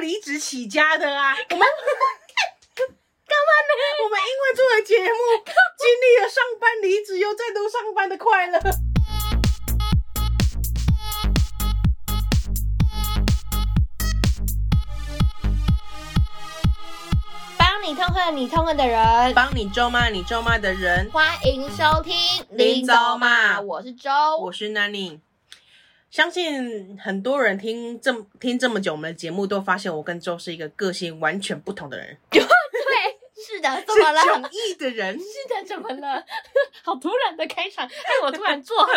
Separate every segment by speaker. Speaker 1: 离职起家的 啊，我们干嘛呢？我们因为做了节目，经历了上班离职又再度上班的快乐。
Speaker 2: 帮你痛恨你痛恨的人。
Speaker 1: 帮你咒骂你咒骂的人，
Speaker 2: 欢迎收听《
Speaker 1: 林州骂
Speaker 2: 我是周，
Speaker 1: 我是 Nanny。相信很多人听这么听这么久我们的节目，都发现我跟周是一个个性完全不同的人，
Speaker 2: 对，是的，怎
Speaker 1: 是
Speaker 2: 么了？
Speaker 1: 迥异的 人。
Speaker 2: 是的，怎么了？ 好突然的开场，害我突然坐 好，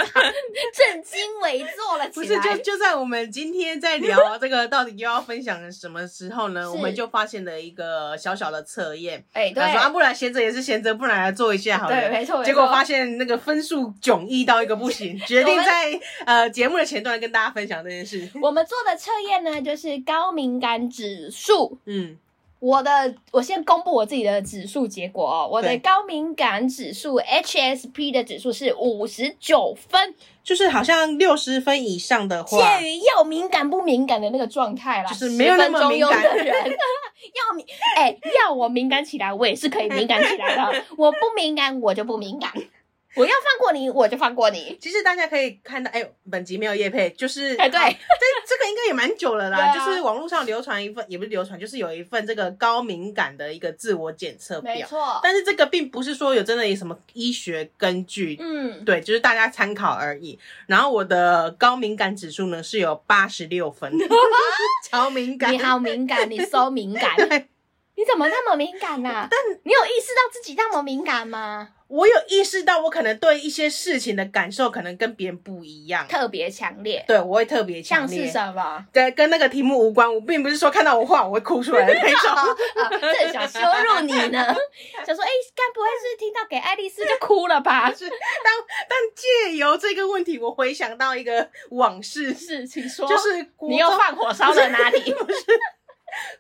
Speaker 2: 震惊围坐了
Speaker 1: 不
Speaker 2: 起
Speaker 1: 是，
Speaker 2: 来。
Speaker 1: 就就在我们今天在聊这个到底又要分享的什么时候呢？
Speaker 2: 是
Speaker 1: 我们就发现了一个小小的测验，
Speaker 2: 哎、对
Speaker 1: 他，说啊，不然闲着也是闲着，不然来做一下好了。
Speaker 2: 对，没错，没错
Speaker 1: 结果发现那个分数迥异到一个不行，决定在呃节目的前段跟大家分享这件事。
Speaker 2: 我们做的测验呢，就是高敏感指数。
Speaker 1: 嗯，
Speaker 2: 我的，我先公布我自己的指数结果哦。我的
Speaker 1: 对
Speaker 2: 高敏感指数 HSP 的指数是五十九分，
Speaker 1: 就是好像六十分以上的话，
Speaker 2: 介于要敏感不敏感的那个状态啦，
Speaker 1: 就是没有那么敏感
Speaker 2: 10分钟用的人。 要敏，哎、要我敏感起来，我也是可以敏感起来 的。我不敏感，我就不敏感。我要放过你，我就放过 你。
Speaker 1: 其实大家可以看到，哎、本集没有叶配，就是
Speaker 2: 哎对
Speaker 1: 啊这这个应该也蛮久了啦，
Speaker 2: 对啊
Speaker 1: 就是网络上流传一份，也不是流传，就是有一份这个高敏感的一个自我检测
Speaker 2: 没
Speaker 1: 表，
Speaker 2: 错，
Speaker 1: 但是这个并不是说有真的有什么医学根据，
Speaker 2: 嗯，
Speaker 1: 对，就是大家参考而已。然后我的高敏感指数呢是有八十六 分，超敏感
Speaker 2: 你。好敏感，你 so 敏感，
Speaker 1: 对，
Speaker 2: 你怎么那么敏感呐、但你有意识到自己那么敏感吗？
Speaker 1: 我有意识到我可能对一些事情的感受可能跟别人不一样，
Speaker 2: 特别强烈，
Speaker 1: 对我会特别强
Speaker 2: 像是
Speaker 1: 烈。
Speaker 2: 什么？
Speaker 1: 跟跟那个题目无关，我并不是说看到我画我会哭出来的那
Speaker 2: 啊
Speaker 1: 种。
Speaker 2: 啊！正想羞辱你呢，想说，哎、该不会是听到给爱丽丝就哭了吧？
Speaker 1: 是，但但借由这个问题，我回想到一个往事，
Speaker 2: 是，请说，
Speaker 1: 就是国
Speaker 2: 你又
Speaker 1: 中
Speaker 2: 放火烧了哪 里？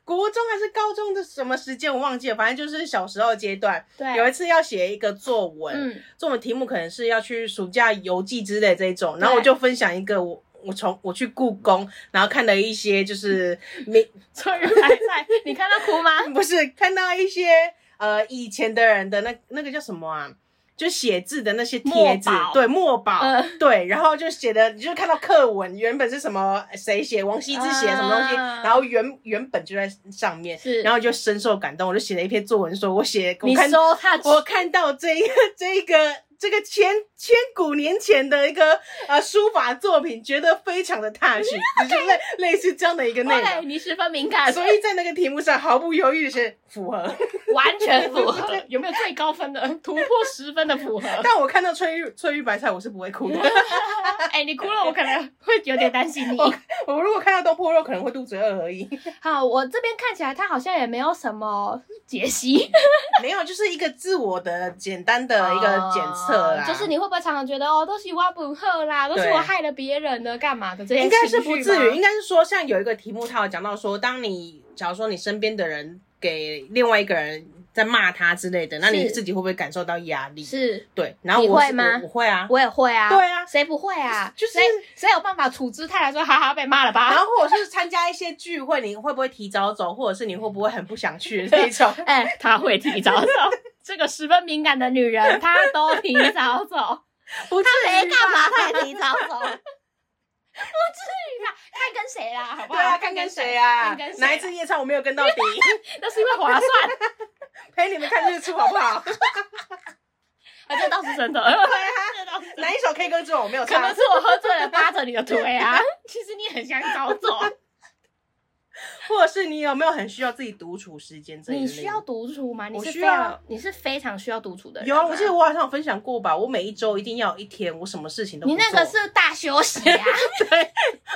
Speaker 1: 国中还是高中的什么时间我忘记了，反正就是小时候阶段，
Speaker 2: 对，
Speaker 1: 有一次要写一个作文，
Speaker 2: 嗯，
Speaker 1: 作文题目可能是要去暑假游记之类这一种，
Speaker 2: 对
Speaker 1: 然后我就分享一个我。我从我去故宫，然后看了一些 就是没
Speaker 2: 春日还在，你看到哭吗？
Speaker 1: 不是看到一些呃以前的人的那那个叫什么啊，就写字的那些贴纸
Speaker 2: 墨宝，
Speaker 1: 对墨宝，
Speaker 2: 嗯
Speaker 1: 对，然后就写的你就看到课文原本是什么谁写王羲之写什么东西，
Speaker 2: 啊
Speaker 1: 然后原原本就在上面，
Speaker 2: 是
Speaker 1: 然后就深受感动，我就写了一篇作文说我写我
Speaker 2: 你
Speaker 1: 看
Speaker 2: 收他，
Speaker 1: 我看到这一个 这一个这个千千古年前的一个呃书法作品，觉得非常的踏 实，就是类类似这样的一个内
Speaker 2: 对，
Speaker 1: 容。啊
Speaker 2: 你十分敏感，
Speaker 1: 所以在那个题目上毫不犹豫的是符 合，
Speaker 2: 完全符合。有没有最高分的？突破十分的符合。
Speaker 1: 但我看到翠玉翠玉白菜我是不会哭的，
Speaker 2: 哎、你哭了，我可能会有点担心你。
Speaker 1: 我如果看到东坡肉可能会肚子饿 而已，
Speaker 2: 好，我这边看起来他好像也没有什么解析。
Speaker 1: 没有就是一个自我的简单的一个检测啦，
Speaker 2: 哦就是你会不会常常觉得哦，都是我不喝啦，都是
Speaker 1: 对
Speaker 2: 我害了别人的，干嘛的这些
Speaker 1: 应该是不至于，
Speaker 2: 情绪吗。
Speaker 1: 应该是说，像有一个题目，他有讲到说，当你假如说你身边的人给另外一个人在骂他之类的，那你
Speaker 2: 是
Speaker 1: 自己会不会感受到压力？
Speaker 2: 是，
Speaker 1: 对，然后
Speaker 2: 你
Speaker 1: 我
Speaker 2: 会
Speaker 1: 是
Speaker 2: 吗
Speaker 1: 我我会啊，
Speaker 2: 我也会啊。
Speaker 1: 对啊
Speaker 2: 谁不会啊？
Speaker 1: 就是
Speaker 2: 谁谁有办法处之泰来说，哈哈，被骂了
Speaker 1: 然
Speaker 2: 吧？
Speaker 1: 后或者是参加一些聚会，你会不会提早走，或者是你会不会很不想去的那 种？
Speaker 2: 哎、他会提早走， 这个十分敏感的女人，她都提早 走，
Speaker 1: 不至
Speaker 2: 她没
Speaker 1: 于吧
Speaker 2: 干嘛，她也提早走。不至于啦，看跟谁啦，好不
Speaker 1: 对
Speaker 2: 好？
Speaker 1: 啊，看跟谁啊
Speaker 2: 看跟？谁
Speaker 1: 哪一次夜唱我没有跟到底，
Speaker 2: 那是因为划算，
Speaker 1: 陪你们看日出好不好？
Speaker 2: 啊，这倒是真的。对啊，这倒是 真的。
Speaker 1: 哪一首 K 歌之后我没有
Speaker 2: 可
Speaker 1: 唱
Speaker 2: 能？是我喝醉了扒着你的腿啊，其实你很想早 走。
Speaker 1: 或者是你有没有很需要自己独处时间这一类
Speaker 2: 你
Speaker 1: 的？
Speaker 2: 需要独处吗？你
Speaker 1: 我
Speaker 2: 是
Speaker 1: 需
Speaker 2: 非
Speaker 1: 要
Speaker 2: 常你是非常需要独处的人
Speaker 1: 有啊，我记得
Speaker 2: 吗
Speaker 1: 我好像有分享过吧，我每一周一定要有一天我什么事情都不
Speaker 2: 你
Speaker 1: 做。
Speaker 2: 那个是大休息啊，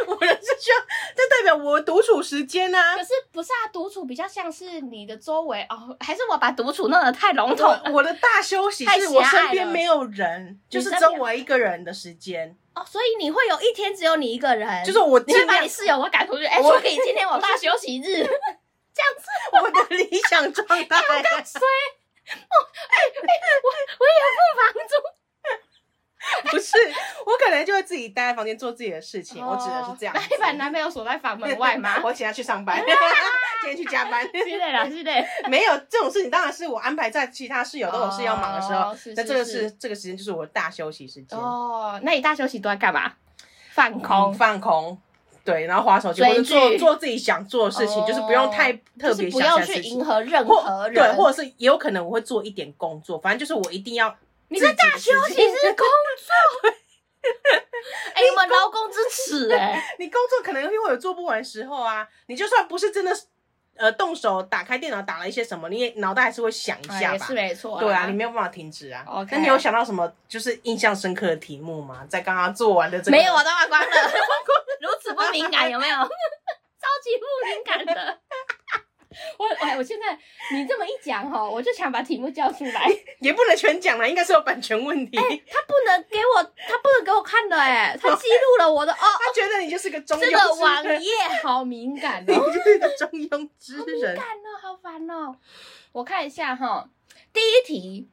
Speaker 1: 我的是需要，这代表我独处时间啊。
Speaker 2: 可是不是啊？独处比较像是你的周围哦，还是我把独处弄得太笼统
Speaker 1: 我我的大休息
Speaker 2: 太
Speaker 1: 是
Speaker 2: 狭隘
Speaker 1: 我身边
Speaker 2: 了
Speaker 1: 没有人，就是
Speaker 2: 身
Speaker 1: 只有
Speaker 2: 边
Speaker 1: 我一个人的时间，
Speaker 2: 哦？所以你会有一天只有你一个人，
Speaker 1: 就是我
Speaker 2: 你
Speaker 1: 尽
Speaker 2: 会把
Speaker 1: 量
Speaker 2: 你室友我赶出去，哎，
Speaker 1: 我
Speaker 2: 说可以今天我大休息 日，
Speaker 1: 我的理想状 态。
Speaker 2: 哦所以我哎哎我我也付房租，
Speaker 1: 不是，我可能就会自己待在房间做自己的事情。我指的是这样
Speaker 2: 哦那
Speaker 1: 子。
Speaker 2: 你把男朋友锁在房门
Speaker 1: ？
Speaker 2: 外吗
Speaker 1: 我请他去上 班，今天去加班。
Speaker 2: 之类的之类的。
Speaker 1: 没有这种事情，当然是我安排在其他室友都有事要忙的时候
Speaker 2: 哦是，
Speaker 1: 那
Speaker 2: 是
Speaker 1: 这个
Speaker 2: 是
Speaker 1: 是这个时间就是我的大休息时间，
Speaker 2: 哦，那你大休息都在干嘛？放空，
Speaker 1: 放空。对，然后划手机，
Speaker 2: 追
Speaker 1: 或者做
Speaker 2: 剧
Speaker 1: 做自己想做的事情，
Speaker 2: 哦
Speaker 1: 就是不用太特
Speaker 2: 就是
Speaker 1: 别
Speaker 2: 不
Speaker 1: 想象
Speaker 2: 要
Speaker 1: 的事
Speaker 2: 去迎
Speaker 1: 情，
Speaker 2: 合任
Speaker 1: 或
Speaker 2: 何
Speaker 1: 对，
Speaker 2: 人。
Speaker 1: 或者是也有可能我会做一点工作，反正就是我一定要
Speaker 2: 你
Speaker 1: 自
Speaker 2: 的
Speaker 1: 己的
Speaker 2: 大
Speaker 1: 事
Speaker 2: 休息
Speaker 1: 情
Speaker 2: 是工作。 哎，你们劳工之耻哎！
Speaker 1: 你工作可能会有做不完时候啊，你就算不是真的是，呃，动手打开电脑打了一些什么，你也脑袋还是会想一
Speaker 2: 哎
Speaker 1: 下
Speaker 2: 也
Speaker 1: 吧。
Speaker 2: 是没错啦。
Speaker 1: 对啊，你没有办法停止啊。
Speaker 2: OK
Speaker 1: 那你有想到什么就是印象深刻的题目吗？在刚刚做完的这个
Speaker 2: 没有，啊我都忘光了， 如此不敏感，有没 有？超级不敏感的。 我哎，我现在你这么一讲哈，我就想把题目叫出来。
Speaker 1: 也不能全讲了，应该是有版权问题。
Speaker 2: 他不能给我，他不能给我看的 哎，他记录了我的 哦。
Speaker 1: 他觉得你就是个中庸
Speaker 2: 这个
Speaker 1: 之
Speaker 2: 网
Speaker 1: 人，
Speaker 2: 页好敏感
Speaker 1: 你
Speaker 2: 哦。
Speaker 1: 就是个中庸之人
Speaker 2: 好。烦哦，好烦哦！我看一下哈，第一题，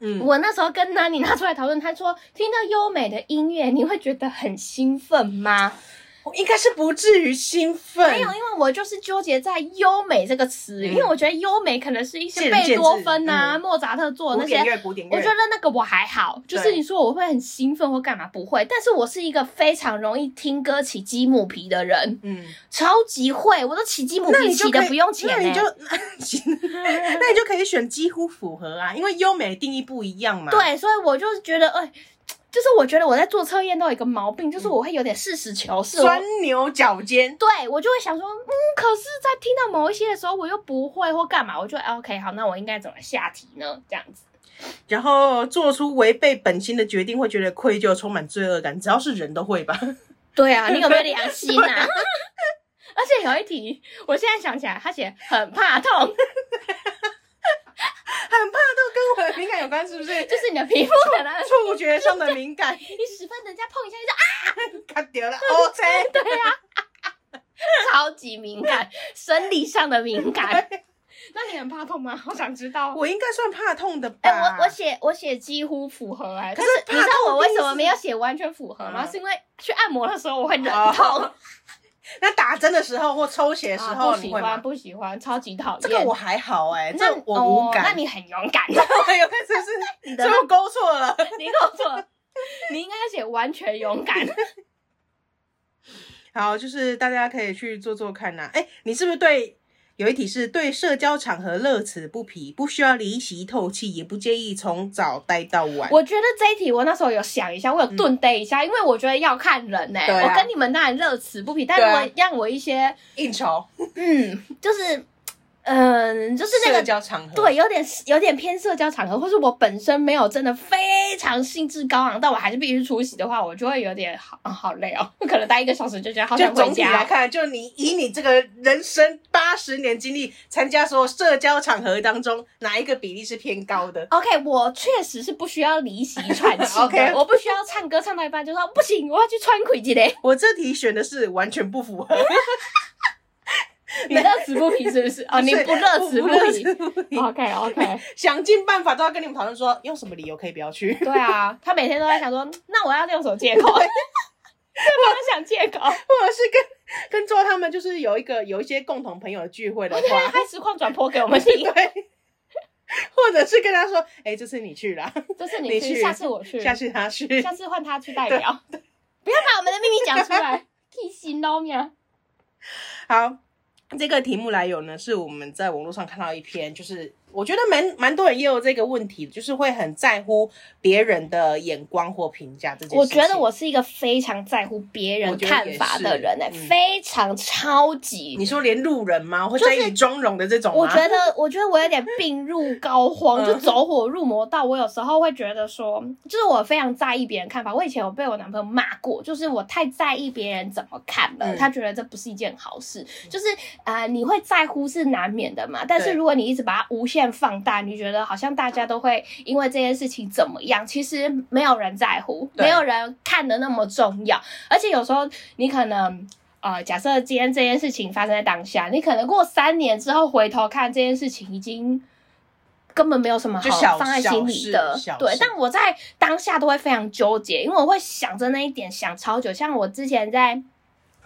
Speaker 1: 嗯，
Speaker 2: 我那时候跟 Nani 拿出来讨论，他说听到优美的音乐，你会觉得很兴奋吗？
Speaker 1: 我应该是不至于兴奋
Speaker 2: 没有，。因为我就是纠结在优美这个词，
Speaker 1: 嗯
Speaker 2: 因为我觉得优美可能是一
Speaker 1: 见
Speaker 2: 些
Speaker 1: 仁见智
Speaker 2: 贝多芬啊、
Speaker 1: 嗯
Speaker 2: 莫扎特做的
Speaker 1: 古
Speaker 2: 那
Speaker 1: 典
Speaker 2: 些。
Speaker 1: 乐，古典乐。
Speaker 2: 我觉得那个我还好，就是
Speaker 1: 对
Speaker 2: 你说我会很兴奋或干嘛不会，但是我是一个非常容易听歌起鸡母皮的人，
Speaker 1: 嗯，
Speaker 2: 超级会，我都起鸡母
Speaker 1: 那
Speaker 2: 皮
Speaker 1: 你就
Speaker 2: 起
Speaker 1: 可
Speaker 2: 的
Speaker 1: 以
Speaker 2: 不用钱、
Speaker 1: 那
Speaker 2: 欸、
Speaker 1: 你就 那你就可以选几乎符合啊，因为优美的定义不一样嘛。。
Speaker 2: 对，所以我就是觉得，哎、就是我觉得我在做测验都有一个毛病，
Speaker 1: 嗯
Speaker 2: 就是我会有点实事求是。我哦
Speaker 1: 钻牛角尖。
Speaker 2: 对我就会想说，嗯，可是，在听到某一些的时候，我又不会或干嘛，我就哎 OK，好，那我应该怎么下题呢？这样子，
Speaker 1: 然后做出违背本心的决定，会觉得愧疚，充满罪恶感。只要是人都 会吧。
Speaker 2: 对啊，你有没有良心 啊？而且有一题，我现在想起来，他写很怕痛，
Speaker 1: 很怕都跟我的敏感有关，是不是？
Speaker 2: 就是你的皮肤可 能
Speaker 1: 触觉上的敏感，
Speaker 2: 你十分，人家碰一下就啊
Speaker 1: 卡掉 了。OK，哦
Speaker 2: 啊，超级敏感，生理上的敏感。 那你很怕痛吗？好想知道哦。
Speaker 1: 我应该算怕痛的吧？
Speaker 2: 哎、我我写我写几乎符合哎、
Speaker 1: 可
Speaker 2: 但
Speaker 1: 是
Speaker 2: 是你知
Speaker 1: 怕
Speaker 2: 道
Speaker 1: 痛
Speaker 2: 我为
Speaker 1: 第一
Speaker 2: 什么
Speaker 1: 次
Speaker 2: 没有写完全符合吗？
Speaker 1: 嗯
Speaker 2: 是因为去按摩的时候我会忍
Speaker 1: 哦
Speaker 2: 痛，
Speaker 1: 那打针的时候或抽血的时
Speaker 2: 啊
Speaker 1: 候，
Speaker 2: 不
Speaker 1: 你
Speaker 2: 喜
Speaker 1: 会
Speaker 2: 欢
Speaker 1: 吗？
Speaker 2: 不喜欢，超级讨厌。
Speaker 1: 这个我还好哎、
Speaker 2: 那
Speaker 1: 这我无
Speaker 2: 哦那
Speaker 1: 感。
Speaker 2: 你很勇敢，
Speaker 1: 我有看是不 是？
Speaker 2: 你的
Speaker 1: 是不是勾错了？
Speaker 2: 你跟我说，你应该写完全勇敢。
Speaker 1: 好，就是大家可以去做做看呐、哎，你是不是对有一题是对社交场合乐此不疲，不需要离席透气，也不介意从早待到晚？
Speaker 2: 我觉得这一题我那时候有想一下，我有顿呆一下，因为我觉得要看人呢、
Speaker 1: 嗯对啊
Speaker 2: 我跟你们当然乐此不疲，但
Speaker 1: 对啊
Speaker 2: 如果让我一些
Speaker 1: 应酬
Speaker 2: 嗯，就是嗯、就是
Speaker 1: 社
Speaker 2: 那个
Speaker 1: 交场合，
Speaker 2: 对，有点有点偏社交场合，或是我本身没有真的非常兴致高昂，但我还是必须出席的话，我就会有点好、啊好累哦，可能待一个小时就觉得好
Speaker 1: 就
Speaker 2: 想回
Speaker 1: 总体来
Speaker 2: 家。
Speaker 1: 看，就你以你这个人生八十年经历，参加所有社交场合当中，哪一个比例是偏高的？
Speaker 2: OK，我确实是不需要离席喘气的
Speaker 1: OK
Speaker 2: 我不需要唱歌唱到一半就说不行，我要去穿盔 子嘞。
Speaker 1: 我这题选的是完全不符 合，
Speaker 2: 你乐此不疲是不是？哦， 你不乐此
Speaker 1: 不
Speaker 2: 不
Speaker 1: 乐
Speaker 2: 疲。
Speaker 1: 此不 疲，
Speaker 2: OK OK，
Speaker 1: 想尽办法都要跟你们讨论说，用什么理由可以不要去。
Speaker 2: 对啊，他每天都在想说，那我要用什么借口？ 对方想借口，
Speaker 1: 或者是跟跟周他们就是有一个有一些共同朋友聚会的
Speaker 2: 我觉得
Speaker 1: 话，
Speaker 2: 他实况转播给我们 听，
Speaker 1: 对，或者是跟他说，哎、这次你去啦，
Speaker 2: 就是
Speaker 1: 你
Speaker 2: 你
Speaker 1: 去
Speaker 2: 去，下次我去，
Speaker 1: 下次他去
Speaker 2: 下。次换他去代表，不要把我们的秘密讲出来， 提醒喽喵。
Speaker 1: 好，这个题目来由呢，是我们在网络上看到一篇，就是我觉得蛮蛮多人也有这个问题，就是会很在乎别人的眼光或评价这件
Speaker 2: 我
Speaker 1: 事情。
Speaker 2: 觉得我是一个非常在乎别人看法的人呢、
Speaker 1: 我觉得也是嗯
Speaker 2: 非常超级。
Speaker 1: 你说连路人吗？会在意妆容的这种吗？
Speaker 2: 我觉得，我觉得我有点病入膏肓，
Speaker 1: 嗯
Speaker 2: 就走火入魔到我有时候会觉得说，就是我非常在意别人看法。我以前有被我男朋友骂过，就是我太在意别人怎么看了，
Speaker 1: 嗯
Speaker 2: 他觉得这不是一件好事。就是呃，你会在乎是难免的嘛，但是
Speaker 1: 对
Speaker 2: 如果你一直把它无限放大，你觉得好像大家都会因为这件事情怎么样，其实没有人在乎，
Speaker 1: 对
Speaker 2: 没有人看的那么重要，而且有时候你可能。呃，假设今天这件事情发生在当下，你可能过三年之后回头看这件事情，已经根本没有什么
Speaker 1: 就小
Speaker 2: 好放在心
Speaker 1: 小
Speaker 2: 里
Speaker 1: 事
Speaker 2: 的
Speaker 1: 小，
Speaker 2: 对
Speaker 1: 事。
Speaker 2: 但我在当下都会非常纠结，因为我会想着那一点想超久。像我之前在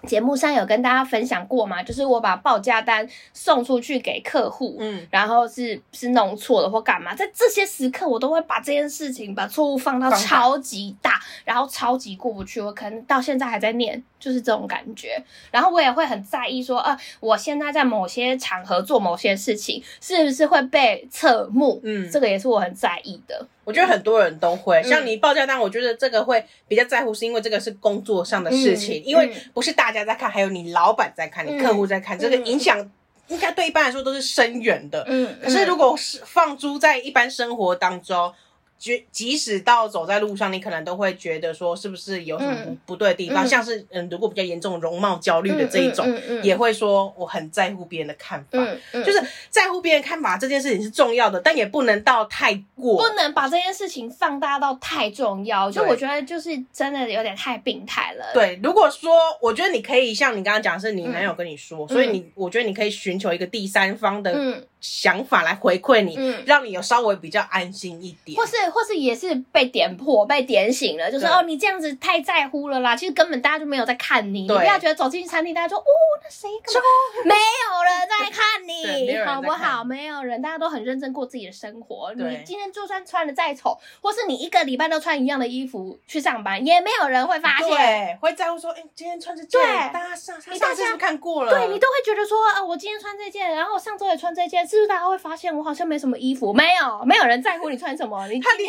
Speaker 2: 节目上有跟大家分享过嘛，就是我把报价单送出去给客户，
Speaker 1: 嗯，
Speaker 2: 然后是是弄错了或干嘛，在这些时刻我都会把这件事情把错误放到
Speaker 1: 放大
Speaker 2: 超级大，然后超级过不去，我可能到现在还在念，就是这种感觉。然后我也会很在意说，呃，我现在在某些场合做某些事情，是不是会被侧目？
Speaker 1: 嗯
Speaker 2: 这个也是我很在意的。
Speaker 1: 我觉得很多人都会，
Speaker 2: 嗯
Speaker 1: 像你报价单，我觉得这个会比较在乎，是因为这个是工作上的事情，
Speaker 2: 嗯
Speaker 1: 因为
Speaker 2: 嗯
Speaker 1: 不是大家在看，还有你老板在看，你
Speaker 2: 嗯
Speaker 1: 客户在看，这个
Speaker 2: 嗯
Speaker 1: 影响应该对一般来说都是深远的。
Speaker 2: 嗯，
Speaker 1: 可是如
Speaker 2: 嗯
Speaker 1: 果是放诸在一般生活当中，即即使到走在路上，你可能都会觉得说是不是有什么不
Speaker 2: 嗯
Speaker 1: 不对的地方，
Speaker 2: 嗯
Speaker 1: 像是嗯，如果比较严重容貌焦虑的这一种，
Speaker 2: 嗯嗯嗯嗯
Speaker 1: 也会说我很在乎别人的看法，
Speaker 2: 嗯嗯
Speaker 1: 就是在乎别人看法这件事情是重要的，但也不能到太过。
Speaker 2: 不能把这件事情放大到太重要，就
Speaker 1: 对
Speaker 2: 我觉得就是真的有点太病态了。
Speaker 1: 对，如果说我觉得你可以像你刚刚讲，是
Speaker 2: 嗯
Speaker 1: 你男友跟你说，所以你我觉得你可以寻求一个第三方的
Speaker 2: 嗯
Speaker 1: 想法来回馈你，
Speaker 2: 嗯，
Speaker 1: 让你有稍微比较安心一点
Speaker 2: 或。是或是也是被点破、被点醒了，就是
Speaker 1: 对
Speaker 2: 哦，你这样子太在乎了啦。其实根本大家就没有在看你，你不
Speaker 1: 对
Speaker 2: 要觉得走进餐厅，大家说哦，那谁 干嘛没有人在看
Speaker 1: 对没有
Speaker 2: 你，
Speaker 1: 人在看
Speaker 2: 好不好？没有人，大家都很认真过自己的生活。
Speaker 1: 对
Speaker 2: 你今天就算穿的再丑，或是你一个礼拜都穿一样的衣服去上班，也没有人会发现。
Speaker 1: 对，会在乎说，哎、今天穿这件，
Speaker 2: 对
Speaker 1: 大家上上
Speaker 2: 你
Speaker 1: 上
Speaker 2: 大家
Speaker 1: 次是不是看过了，
Speaker 2: 对你都会觉得说啊、我今天穿这件，然后我上周也穿这件，是不是大家会发现我好像没什么衣服？没有，没有人在乎你穿什么，你
Speaker 1: 他连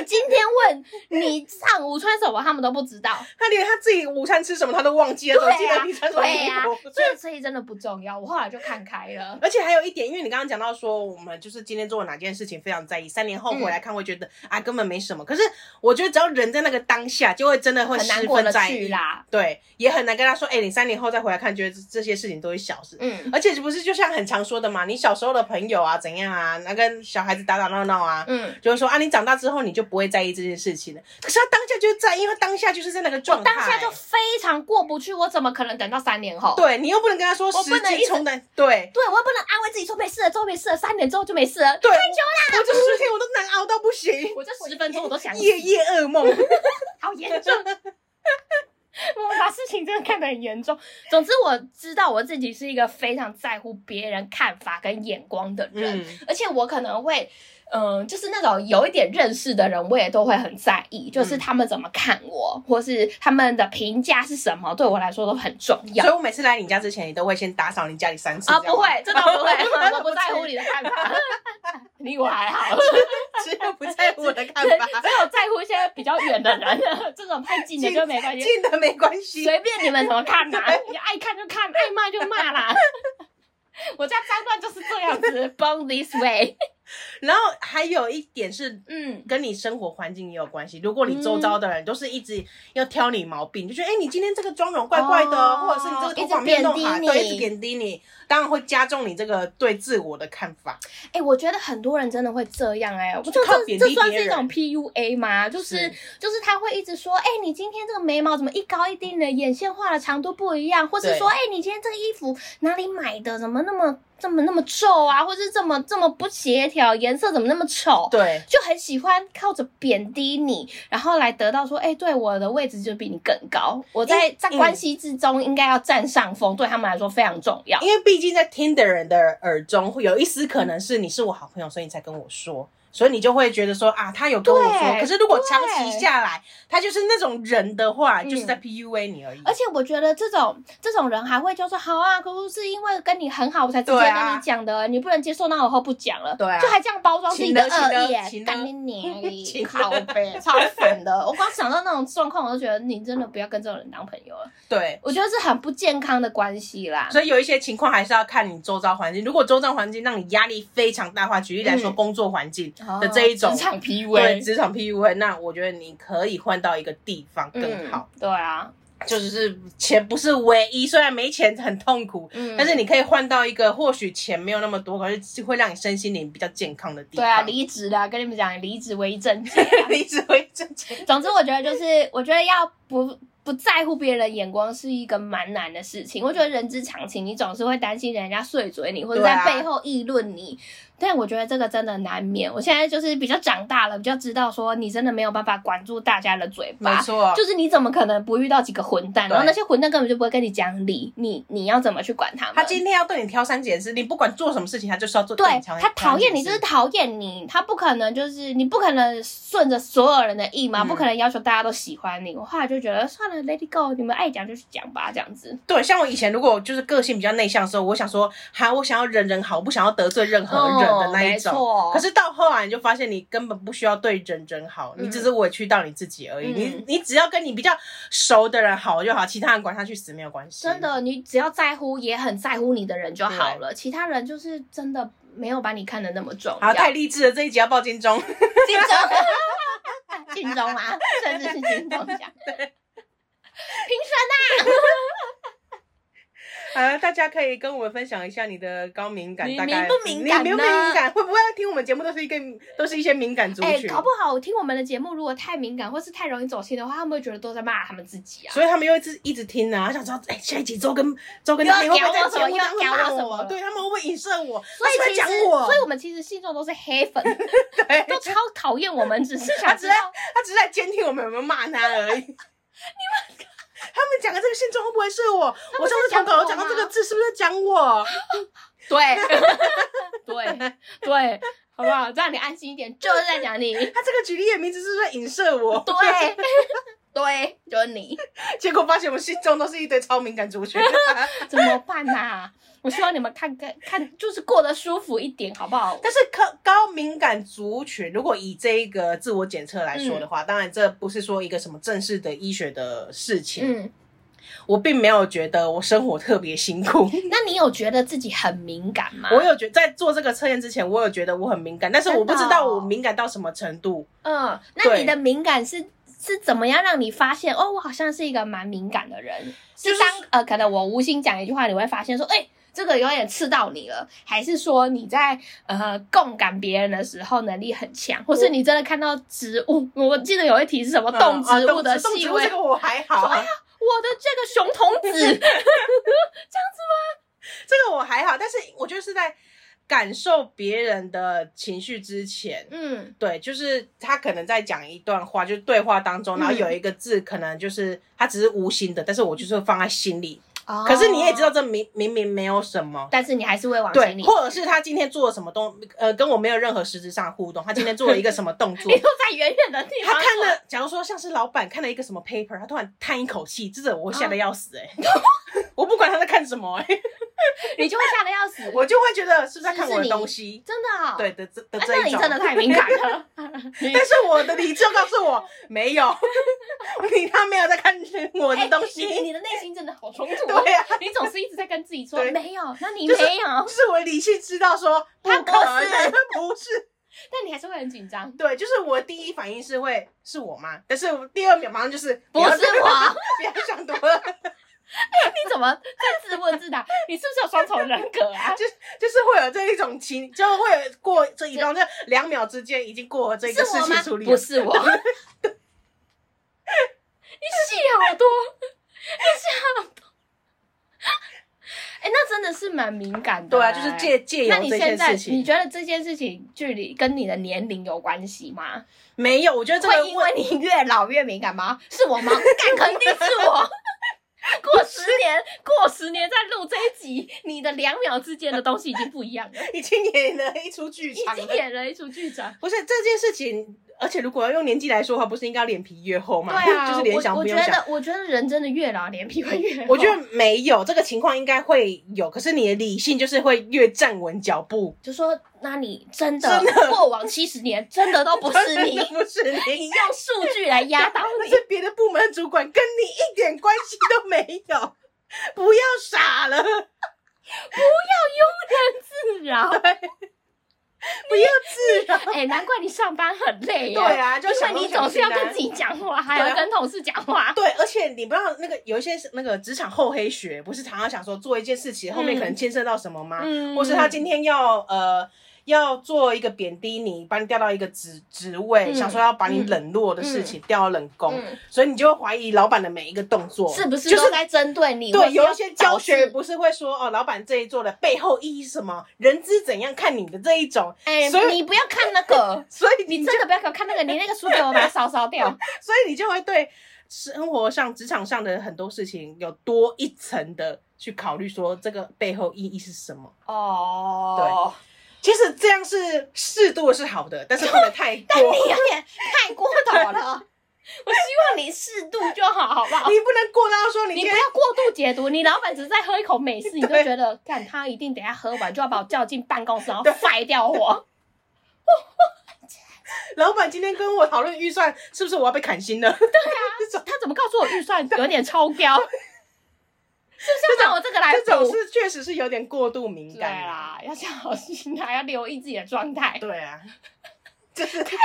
Speaker 2: 你今天问你上午穿什么，他们都不知道。
Speaker 1: 他连他自己午餐吃什么他都忘记了，怎么记
Speaker 2: 对啊
Speaker 1: 得你穿什么
Speaker 2: 对
Speaker 1: 衣
Speaker 2: 啊
Speaker 1: 服？
Speaker 2: 所以所以真的不重要，我后来就看开了。
Speaker 1: 而且还有一点，因为你刚刚讲到说，我们就是今天做了哪件事情非常在意，三年后
Speaker 2: 嗯
Speaker 1: 回来看会觉得、啊根本没什么。可是我觉得只要人在那个当下，就会真的会
Speaker 2: 很难
Speaker 1: 十
Speaker 2: 过
Speaker 1: 分
Speaker 2: 得
Speaker 1: 在
Speaker 2: 去
Speaker 1: 意。
Speaker 2: 啦，
Speaker 1: 对，也很难跟他说，哎、你三年后再回来看，觉得这这些事情都是小事。
Speaker 2: 嗯
Speaker 1: 而且不是就像很常说的嘛，你小时候的朋友啊，怎样啊，那跟小孩子打打闹闹啊，
Speaker 2: 嗯，
Speaker 1: 就会说啊，你长大之后你就不会在意这件事情了。可是他当下就在意，因为他当下就是在那个状态，
Speaker 2: 当下就非常过不去，我怎么可能等到三年后？
Speaker 1: 对你又不能跟他说
Speaker 2: 我
Speaker 1: 时
Speaker 2: 不能一
Speaker 1: 机
Speaker 2: 直
Speaker 1: 冲淡，对
Speaker 2: 对，我也不能安慰自己说没事了，之后没事了，三年之后就没事了。
Speaker 1: 对，太久啦，我这十天我都难熬到不行，
Speaker 2: 我这十分钟我都想死，
Speaker 1: 夜夜噩梦。
Speaker 2: 好严 重。我把事情真的看得很严重。总之，我知道我自己是一个非常在乎别人看法跟眼光的人，
Speaker 1: 嗯
Speaker 2: 而且我可能会，嗯、就是那种有一点认识的人，我也都会很在意，就是
Speaker 1: 嗯
Speaker 2: 他们怎么看我，或是他们的评价是什么，对我来说都很重 要
Speaker 1: 所以。我每次来你家之前，你都会先打扫你家里三次
Speaker 2: 啊，
Speaker 1: 这样
Speaker 2: 不
Speaker 1: 吗
Speaker 2: 会，这倒不 会，我
Speaker 1: 都
Speaker 2: 不在乎
Speaker 1: 至于，
Speaker 2: 你的看法， 你我还好，
Speaker 1: 只有不在乎我的看
Speaker 2: 只
Speaker 1: 法，
Speaker 2: 有在乎一些比较远的人，这种太近的就没关系。
Speaker 1: 近的没关系。
Speaker 2: 随便你们怎么看呐、你爱看就看，爱骂就骂 啦。 我家脏乱就是这样子 ，born this way。
Speaker 1: 然后还有一点是。
Speaker 2: 嗯，
Speaker 1: 跟你生活环境也有关系。如果你周遭的人都是一直要挑你毛病，就觉得哎、你今天这个妆容怪怪的，
Speaker 2: 哦
Speaker 1: 或者是你这个
Speaker 2: 一
Speaker 1: 头
Speaker 2: 直
Speaker 1: 发没有弄好，
Speaker 2: 贬低
Speaker 1: 对，
Speaker 2: 你
Speaker 1: 一直贬低你，当然会加重你这个对自我的看法。
Speaker 2: 哎、我觉得很多人真的会这样哎、我
Speaker 1: 就
Speaker 2: 就是这
Speaker 1: 靠贬低
Speaker 2: 这算
Speaker 1: 别
Speaker 2: 是一种
Speaker 1: 人
Speaker 2: PUA 吗？就是
Speaker 1: 是
Speaker 2: 就是他会一直说，哎、你今天这个眉毛怎么一高一低，你的眼线画的长度不一样，或是
Speaker 1: 对
Speaker 2: 说，哎、你今天这个衣服哪里买的，怎么那么这么那么皱啊，或是这么这么不协调，颜色怎么那么丑？
Speaker 1: 对，
Speaker 2: 就很喜欢靠着贬低你，然后来得到说，哎、对我的位置就比你更高，我在
Speaker 1: 嗯
Speaker 2: 在关系之中应该要占上风，对他们来说非常重要。
Speaker 1: 因为毕竟在听的人的耳中，会有一丝可能是你是我好朋友，所以你才跟我说，所以你就会觉得说啊，他有跟我说。
Speaker 2: 对
Speaker 1: 可是如果长期下来，他就是那种人的话，
Speaker 2: 嗯
Speaker 1: 就是在 PUA 你而已。
Speaker 2: 而且我觉得这种这种人还会就说好啊，可是是因为跟你很好，我才直接
Speaker 1: 对
Speaker 2: 跟
Speaker 1: 啊
Speaker 2: 你讲的，你不能接受，那我以后不讲了。
Speaker 1: 对啊
Speaker 2: 就还这样包装自己的
Speaker 1: 请了
Speaker 2: 恶意
Speaker 1: 请
Speaker 2: 耶，
Speaker 1: 了
Speaker 2: 干你娘
Speaker 1: 请
Speaker 2: 嘞，
Speaker 1: 了
Speaker 2: 靠背，超烦的。我光想到那种状况，我就觉得你真的不要跟这种人当朋友了。
Speaker 1: 对，
Speaker 2: 我觉得是很不健康的关系啦。
Speaker 1: 所以有一些情况还是要看你周遭环境。如果周遭环境让你压力非常大的话，举例来说，
Speaker 2: 嗯
Speaker 1: 工作环境的这一种
Speaker 2: 哦职场 PUA，
Speaker 1: 对职场 PUA，那我觉得你可以换到一个地方更好，
Speaker 2: 嗯。对啊，
Speaker 1: 就是钱不是唯一，虽然没钱很痛苦。
Speaker 2: 嗯
Speaker 1: 但是你可以换到一个或许钱没有那么多，可是会让你身心灵比较健康的地方。
Speaker 2: 对啊，离职啦，跟你们讲，离职为正解。
Speaker 1: 离职会挣钱。
Speaker 2: 总之，我觉得就是，我觉得要不不在乎别人的眼光是一个蛮难的事情。我觉得人之常情，你总是会担心人家碎嘴你，或者
Speaker 1: 对
Speaker 2: 在
Speaker 1: 啊
Speaker 2: 背后议论你。但我觉得这个真的难免。我现在就是比较长大了，比较知道说你真的没有办法管住大家的嘴
Speaker 1: 没
Speaker 2: 巴。
Speaker 1: 错，
Speaker 2: 就是你怎么可能不遇到几个混蛋？
Speaker 1: 对
Speaker 2: 然后那些混蛋根本就不会跟你讲理，你你要怎么去管他们？
Speaker 1: 他今天要对你挑三拣四，你不管做什么事情，他就是要做
Speaker 2: 对他
Speaker 1: 他
Speaker 2: 讨厌你就是讨厌你，他不可能就是你不可能顺着所有人的意嘛，
Speaker 1: 嗯
Speaker 2: 不可能要求大家都喜欢你。我后来就觉得算了，Let it go，你们爱讲就去讲吧，这样子。
Speaker 1: 对，像我以前如果就是个性比较内向的时候，我想说，哈，我想要人人好，我不想要得罪任何人的那一
Speaker 2: 哦没
Speaker 1: 种。
Speaker 2: 错
Speaker 1: 可是到后来，你就发现你根本不需要对人人好，
Speaker 2: 嗯
Speaker 1: 你只是委屈到你自己而已。
Speaker 2: 嗯
Speaker 1: 你你只要跟你比较熟的人好就好，其他人管他去死没有关系。
Speaker 2: 真，的，你只要在乎也很在乎你的人就好了，其他人就是真的没有把你看得那么重要。
Speaker 1: 好，太励志了，这一集要报金钟。
Speaker 2: 金钟，金钟啊，甚至是金钟奖。
Speaker 1: 呃，大家可以跟我们分享一下你的高敏感，
Speaker 2: 你
Speaker 1: 大概
Speaker 2: 敏不敏感
Speaker 1: 你敏不
Speaker 2: 呢
Speaker 1: 敏感？会不会听我们节目都是一个都是一些敏 感族
Speaker 2: 哎、
Speaker 1: 群？
Speaker 2: 搞不好听我们的节目，如果太敏感或是太容易走心的话，他们会觉得都在骂他们自己啊。
Speaker 1: 所以他们又一直一直听啊，想知道哎、下一集周跟周跟
Speaker 2: 又
Speaker 1: 他
Speaker 2: 要
Speaker 1: 们会不会在
Speaker 2: 屌我
Speaker 1: 节目
Speaker 2: 什么
Speaker 1: 上
Speaker 2: 又要
Speaker 1: 骂
Speaker 2: 屌我什么
Speaker 1: 我？对他们会不会影射我？
Speaker 2: 所
Speaker 1: 他
Speaker 2: 以
Speaker 1: 是不是
Speaker 2: 其实，
Speaker 1: 讲我，
Speaker 2: 所以我们其实信众都是黑 粉，
Speaker 1: 对
Speaker 2: 都超讨厌我们，只是
Speaker 1: 他
Speaker 2: 想
Speaker 1: 只
Speaker 2: 知
Speaker 1: 是在
Speaker 2: 道
Speaker 1: 他只是在监听我们有没有骂他而已。你们。他们讲的这个信众会不会是我？我上次投稿有讲到这个字，是不是在讲我？
Speaker 2: 对 对对，好不好？让你安心一点，就是在讲你， 对
Speaker 1: 他这个举例的名字是不是在影射我？
Speaker 2: 对，就是你，
Speaker 1: 结果发现我们信众都是一堆超敏感族 群。
Speaker 2: 怎么办呐、我希望你们看看看，就是过得舒服一点，好不好？
Speaker 1: 但是高高敏感族群，如果以这一个自我检测来说的
Speaker 2: 嗯
Speaker 1: 话，当然这不是说一个什么正式的医学的事情，
Speaker 2: 嗯，
Speaker 1: 我并没有觉得我生活特别辛 苦。
Speaker 2: 那你有觉得自己很敏感吗？
Speaker 1: 我有觉在做这个测验之前，我有觉得我很敏感，但是我不知
Speaker 2: 真的
Speaker 1: 道
Speaker 2: 哦
Speaker 1: 我敏感到什么程度。
Speaker 2: 嗯，那
Speaker 1: 对
Speaker 2: 你的敏感是是怎么样让你发现哦，我好像是一个蛮敏感的人？
Speaker 1: 就是是
Speaker 2: 当呃，可能我无心讲一句话，你会发现说，哎、这个有点刺到你了，还是说你在呃共感别人的时候能力很强，或是你真的看到植物？我记得有一题是什么
Speaker 1: 嗯
Speaker 2: 动
Speaker 1: 啊
Speaker 2: 植呃物的
Speaker 1: 动
Speaker 2: 细
Speaker 1: 植
Speaker 2: 微，
Speaker 1: 物这个我还好
Speaker 2: 说哎
Speaker 1: 啊
Speaker 2: 呀，我的这个熊童子，
Speaker 1: 这个我还好，但是我就是在感受别人的情绪之前，
Speaker 2: 嗯，
Speaker 1: 对，就是他可能在讲一段话，就是对话当中，
Speaker 2: 嗯
Speaker 1: 然后有一个字可能就是他只是无心的，但是我就是会放在心里。
Speaker 2: 哦
Speaker 1: 可是你也知道，，这明明明没有什么。
Speaker 2: 但是你还是会往
Speaker 1: 对
Speaker 2: 心里，，
Speaker 1: 或者是他今天做了什么动，呃，跟我没有任何实质上的互动。他今天做了一个什么动作
Speaker 2: 你？都在远远的地
Speaker 1: 他
Speaker 2: 方，
Speaker 1: 看了，假如说像是老板看了一个什么 paper，他突然叹一口气，这种我会吓得
Speaker 2: 啊
Speaker 1: 要死哎、欸 我不管他在看什么哎、欸
Speaker 2: 你就会吓得要死，
Speaker 1: 我就会觉得是不是在看
Speaker 2: 是
Speaker 1: 我的
Speaker 2: 你
Speaker 1: 东西？
Speaker 2: 真的、哦，
Speaker 1: 对的这的
Speaker 2: 啊，
Speaker 1: 这
Speaker 2: 那
Speaker 1: 一
Speaker 2: 你
Speaker 1: 种。
Speaker 2: 真的太敏感了。
Speaker 1: 但是我的理智告诉我没有， 你他没有在看我的东西，
Speaker 2: 哎你你的内心真的好冲突、哦。
Speaker 1: 对呀、
Speaker 2: 你总是一直在跟自己说
Speaker 1: 对
Speaker 2: 没有，那你
Speaker 1: 就
Speaker 2: 没
Speaker 1: 是
Speaker 2: 有，
Speaker 1: 是我的理性知道说不
Speaker 2: 他
Speaker 1: 可
Speaker 2: 不
Speaker 1: 能，不是，
Speaker 2: 但你还是会很紧 张。
Speaker 1: 对，就是我第一反应是会是我吗？但是我第二秒马上就是
Speaker 2: 不是我，
Speaker 1: 不要想多了，
Speaker 2: 你怎么在自问自答？你是不是有双重人格啊？
Speaker 1: 就是会有这一种情，就会有过这一段，这两秒之间已经过了这
Speaker 2: 是
Speaker 1: 个事
Speaker 2: 我
Speaker 1: 情处
Speaker 2: 吗？
Speaker 1: 理
Speaker 2: 不
Speaker 1: 了，
Speaker 2: 是我。你戏好多，你戏好多。哎、那真的是蛮敏感的、
Speaker 1: 对啊，就是。借借
Speaker 2: 哎那
Speaker 1: 由
Speaker 2: 你
Speaker 1: 这
Speaker 2: 现
Speaker 1: 件
Speaker 2: 在
Speaker 1: 事
Speaker 2: 你
Speaker 1: 情，
Speaker 2: 觉得这件事情距离跟你的年龄有关系吗？
Speaker 1: 没有，我觉得这个
Speaker 2: 会因为你越老越敏感吗？是我 吗？敢肯定是我。过十年，过十年再录这一集，你的两秒之间的东西已经不一 样了，
Speaker 1: 已经演了一出剧
Speaker 2: 已
Speaker 1: 场
Speaker 2: 经
Speaker 1: 了。
Speaker 2: 演了一出剧场。
Speaker 1: 不是这件事情，而且如果要用年纪来说的话，不是应该脸皮越厚
Speaker 2: 对
Speaker 1: 吗？
Speaker 2: 啊，
Speaker 1: 就是联想不
Speaker 2: 我我觉
Speaker 1: 用想。
Speaker 2: 得，我觉得人真的越老脸皮会越厚。
Speaker 1: 我觉得没有这个情况，应该会有。可是你的理性就是会越站稳脚步，
Speaker 2: 就说，那你真的
Speaker 1: 真的
Speaker 2: 过往七十年真的都不是你，
Speaker 1: 不是
Speaker 2: 你
Speaker 1: 你，
Speaker 2: 用数据来压倒
Speaker 1: 那
Speaker 2: 你。
Speaker 1: 是别的部门主管，跟你一点关系都没有。不要傻了，
Speaker 2: 不要 庸人自扰。
Speaker 1: 啊不要自然。
Speaker 2: 哎、难怪你上班很累耶。
Speaker 1: 对啊，就
Speaker 2: 因
Speaker 1: 想
Speaker 2: 为你
Speaker 1: 东
Speaker 2: 总
Speaker 1: 想
Speaker 2: 是要
Speaker 1: 西的啊
Speaker 2: 跟自己讲话，还
Speaker 1: 对
Speaker 2: 要
Speaker 1: 啊
Speaker 2: 跟同事讲话。
Speaker 1: 对，而且你不知道那个有一些是那个职场厚黑啊学，不是常常想说做一件事情后面可能牵涉到什么吗？
Speaker 2: 嗯
Speaker 1: 或是他今天要呃要做一个贬低你，把你调到一个职职位，
Speaker 2: 嗯
Speaker 1: 想说要把你冷落的事情调到冷宫，
Speaker 2: 嗯，
Speaker 1: 所以你就会怀疑老板的每一个动作
Speaker 2: 是不是
Speaker 1: 就是
Speaker 2: 都在针对你？或
Speaker 1: 对，
Speaker 2: 是要
Speaker 1: 有一些教学
Speaker 2: 导致，
Speaker 1: 不是会说哦，老板这一做的背后意义是什么，人资怎样看你的这一种，
Speaker 2: 哎、
Speaker 1: 所以，
Speaker 2: 你不要看那个
Speaker 1: 所以 你
Speaker 2: 你
Speaker 1: 就
Speaker 2: 真的不要给我看那个，你那个书给我把它烧 烧掉。
Speaker 1: 所以你就会对生活上、职场上的很多事情有多一层的去考虑，说这个背后意义是什么。
Speaker 2: 哦，
Speaker 1: 其实这样是适度是好的，但是不能太
Speaker 2: 但你
Speaker 1: 过，
Speaker 2: 有点太过头了。 我希望你适度就好，好不好？
Speaker 1: 你不能过到说你
Speaker 2: 你
Speaker 1: 今
Speaker 2: 不
Speaker 1: 天
Speaker 2: 要过度解读，你老板只是在喝一口美式，你 就
Speaker 1: 对
Speaker 2: 觉得，干他一定等一下喝完就要把我叫进办公室，然后废掉我。
Speaker 1: 老板今天跟我讨论预算，是不是我要被砍薪了？
Speaker 2: 他怎么告诉我预算有点超标？是不是哎要拿我这个来
Speaker 1: 这种
Speaker 2: 补？
Speaker 1: 事确实是有点过度敏
Speaker 2: 对啊
Speaker 1: 感。
Speaker 2: 啦，要小心啊，要留意自己的状态。
Speaker 1: 对啊，就是 太
Speaker 2: 敏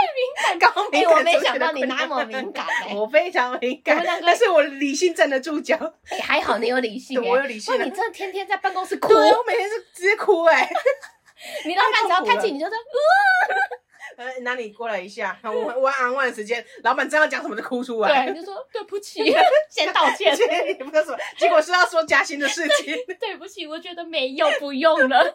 Speaker 1: 感，高
Speaker 2: 哎、
Speaker 1: 敏感
Speaker 2: 我没
Speaker 1: 族群
Speaker 2: 想到
Speaker 1: 的
Speaker 2: 你
Speaker 1: 困
Speaker 2: 那
Speaker 1: 扰
Speaker 2: 么敏感、欸，
Speaker 1: 我非常敏
Speaker 2: 我
Speaker 1: 感
Speaker 2: 们两，个
Speaker 1: 但是我理性站得住脚。
Speaker 2: 哎还好你有理性、
Speaker 1: 对
Speaker 2: 欸，
Speaker 1: 我有理性啊
Speaker 2: 哇你真的天天在办公室哭
Speaker 1: 对，，我每天是直接哭哎、
Speaker 2: 你老板只要
Speaker 1: 太
Speaker 2: 看
Speaker 1: 痛苦了
Speaker 2: 见你就说，
Speaker 1: 呃，那你过来一下，我我安稳时间，老板正要讲什么就哭出
Speaker 2: 对，啊
Speaker 1: 来。
Speaker 2: 你就说对不起，先道 歉，
Speaker 1: 今 天也不知道什么，结果是要说加薪的事情。
Speaker 2: 对不起，我觉得没用，不用了，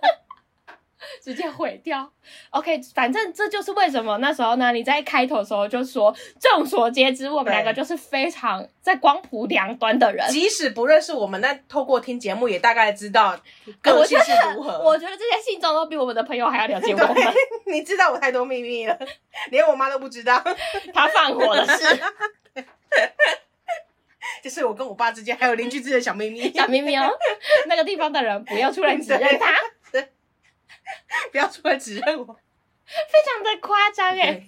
Speaker 2: 直接毁掉。OK，反正这就是为什么那时候呢，你在开头的时候就说，众所皆知，我们
Speaker 1: 对
Speaker 2: 两个就是非常在光谱两端的 人。
Speaker 1: 即使不认识我们，但透过听节目也大概知道
Speaker 2: 哎
Speaker 1: 个
Speaker 2: 我觉
Speaker 1: 性是
Speaker 2: 得
Speaker 1: 如何。
Speaker 2: 我觉得这些信众都比我们的朋友还要了解我们。
Speaker 1: 你知道我太多秘密了， 连我妈都不知道。
Speaker 2: 他放火的 事，
Speaker 1: 这是我跟我爸之间，还有邻居之间的小秘 密。
Speaker 2: 小咪 咪哦，那个地方的人不要出来指认他，
Speaker 1: 不要出来指认我。
Speaker 2: 非常的夸张哎。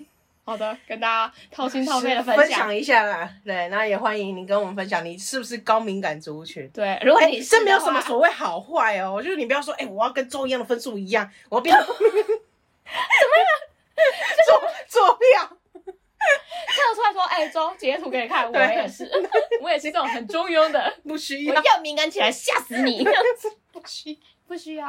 Speaker 2: 好的，跟大家掏心掏肺的分享。
Speaker 1: 一下啦，对，那也欢迎你跟我们分享，你是不是高敏感族群？
Speaker 2: 对，如果
Speaker 1: 哎，
Speaker 2: 你是
Speaker 1: 这没有
Speaker 2: 的
Speaker 1: 什 么
Speaker 2: 话
Speaker 1: 所谓好坏哦，就是你不要说，哎、我要跟周一样的分数一样，我 要变成怎么样？ 做做票，
Speaker 2: 跳出来说：“哎、周截图给你看，我
Speaker 1: 对
Speaker 2: 也是，嗯我也是这种很中庸的，
Speaker 1: 不需
Speaker 2: 我
Speaker 1: 要，
Speaker 2: 要敏感起来吓死你。”
Speaker 1: 不需要。
Speaker 2: 不需要，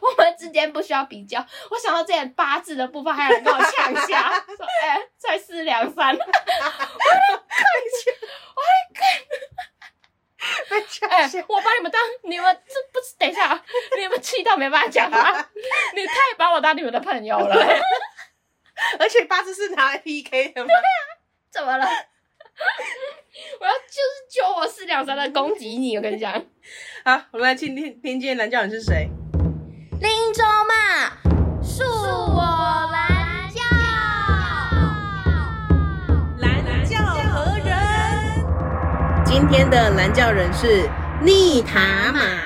Speaker 2: 我们之间不需要比较。我想到之前八字的部分，还有人跟我呛一 下，说：“哎、再四两 三。”
Speaker 1: 被抢
Speaker 2: 哎、
Speaker 1: 先
Speaker 2: 我把你们当你们这不是等一下，你们气到没办法讲话， 你太把我当你们的朋友了、
Speaker 1: 而且八字是拿来 PK 的吗？
Speaker 2: 怎么了？ 我要就是揪我四两三的攻击你，我跟你讲，啊
Speaker 1: 好，我们来听听听今天蓝教人是谁？
Speaker 3: 林州嘛，恕我蓝教。
Speaker 1: 蓝教何人？今天的蓝教人是逆塔马。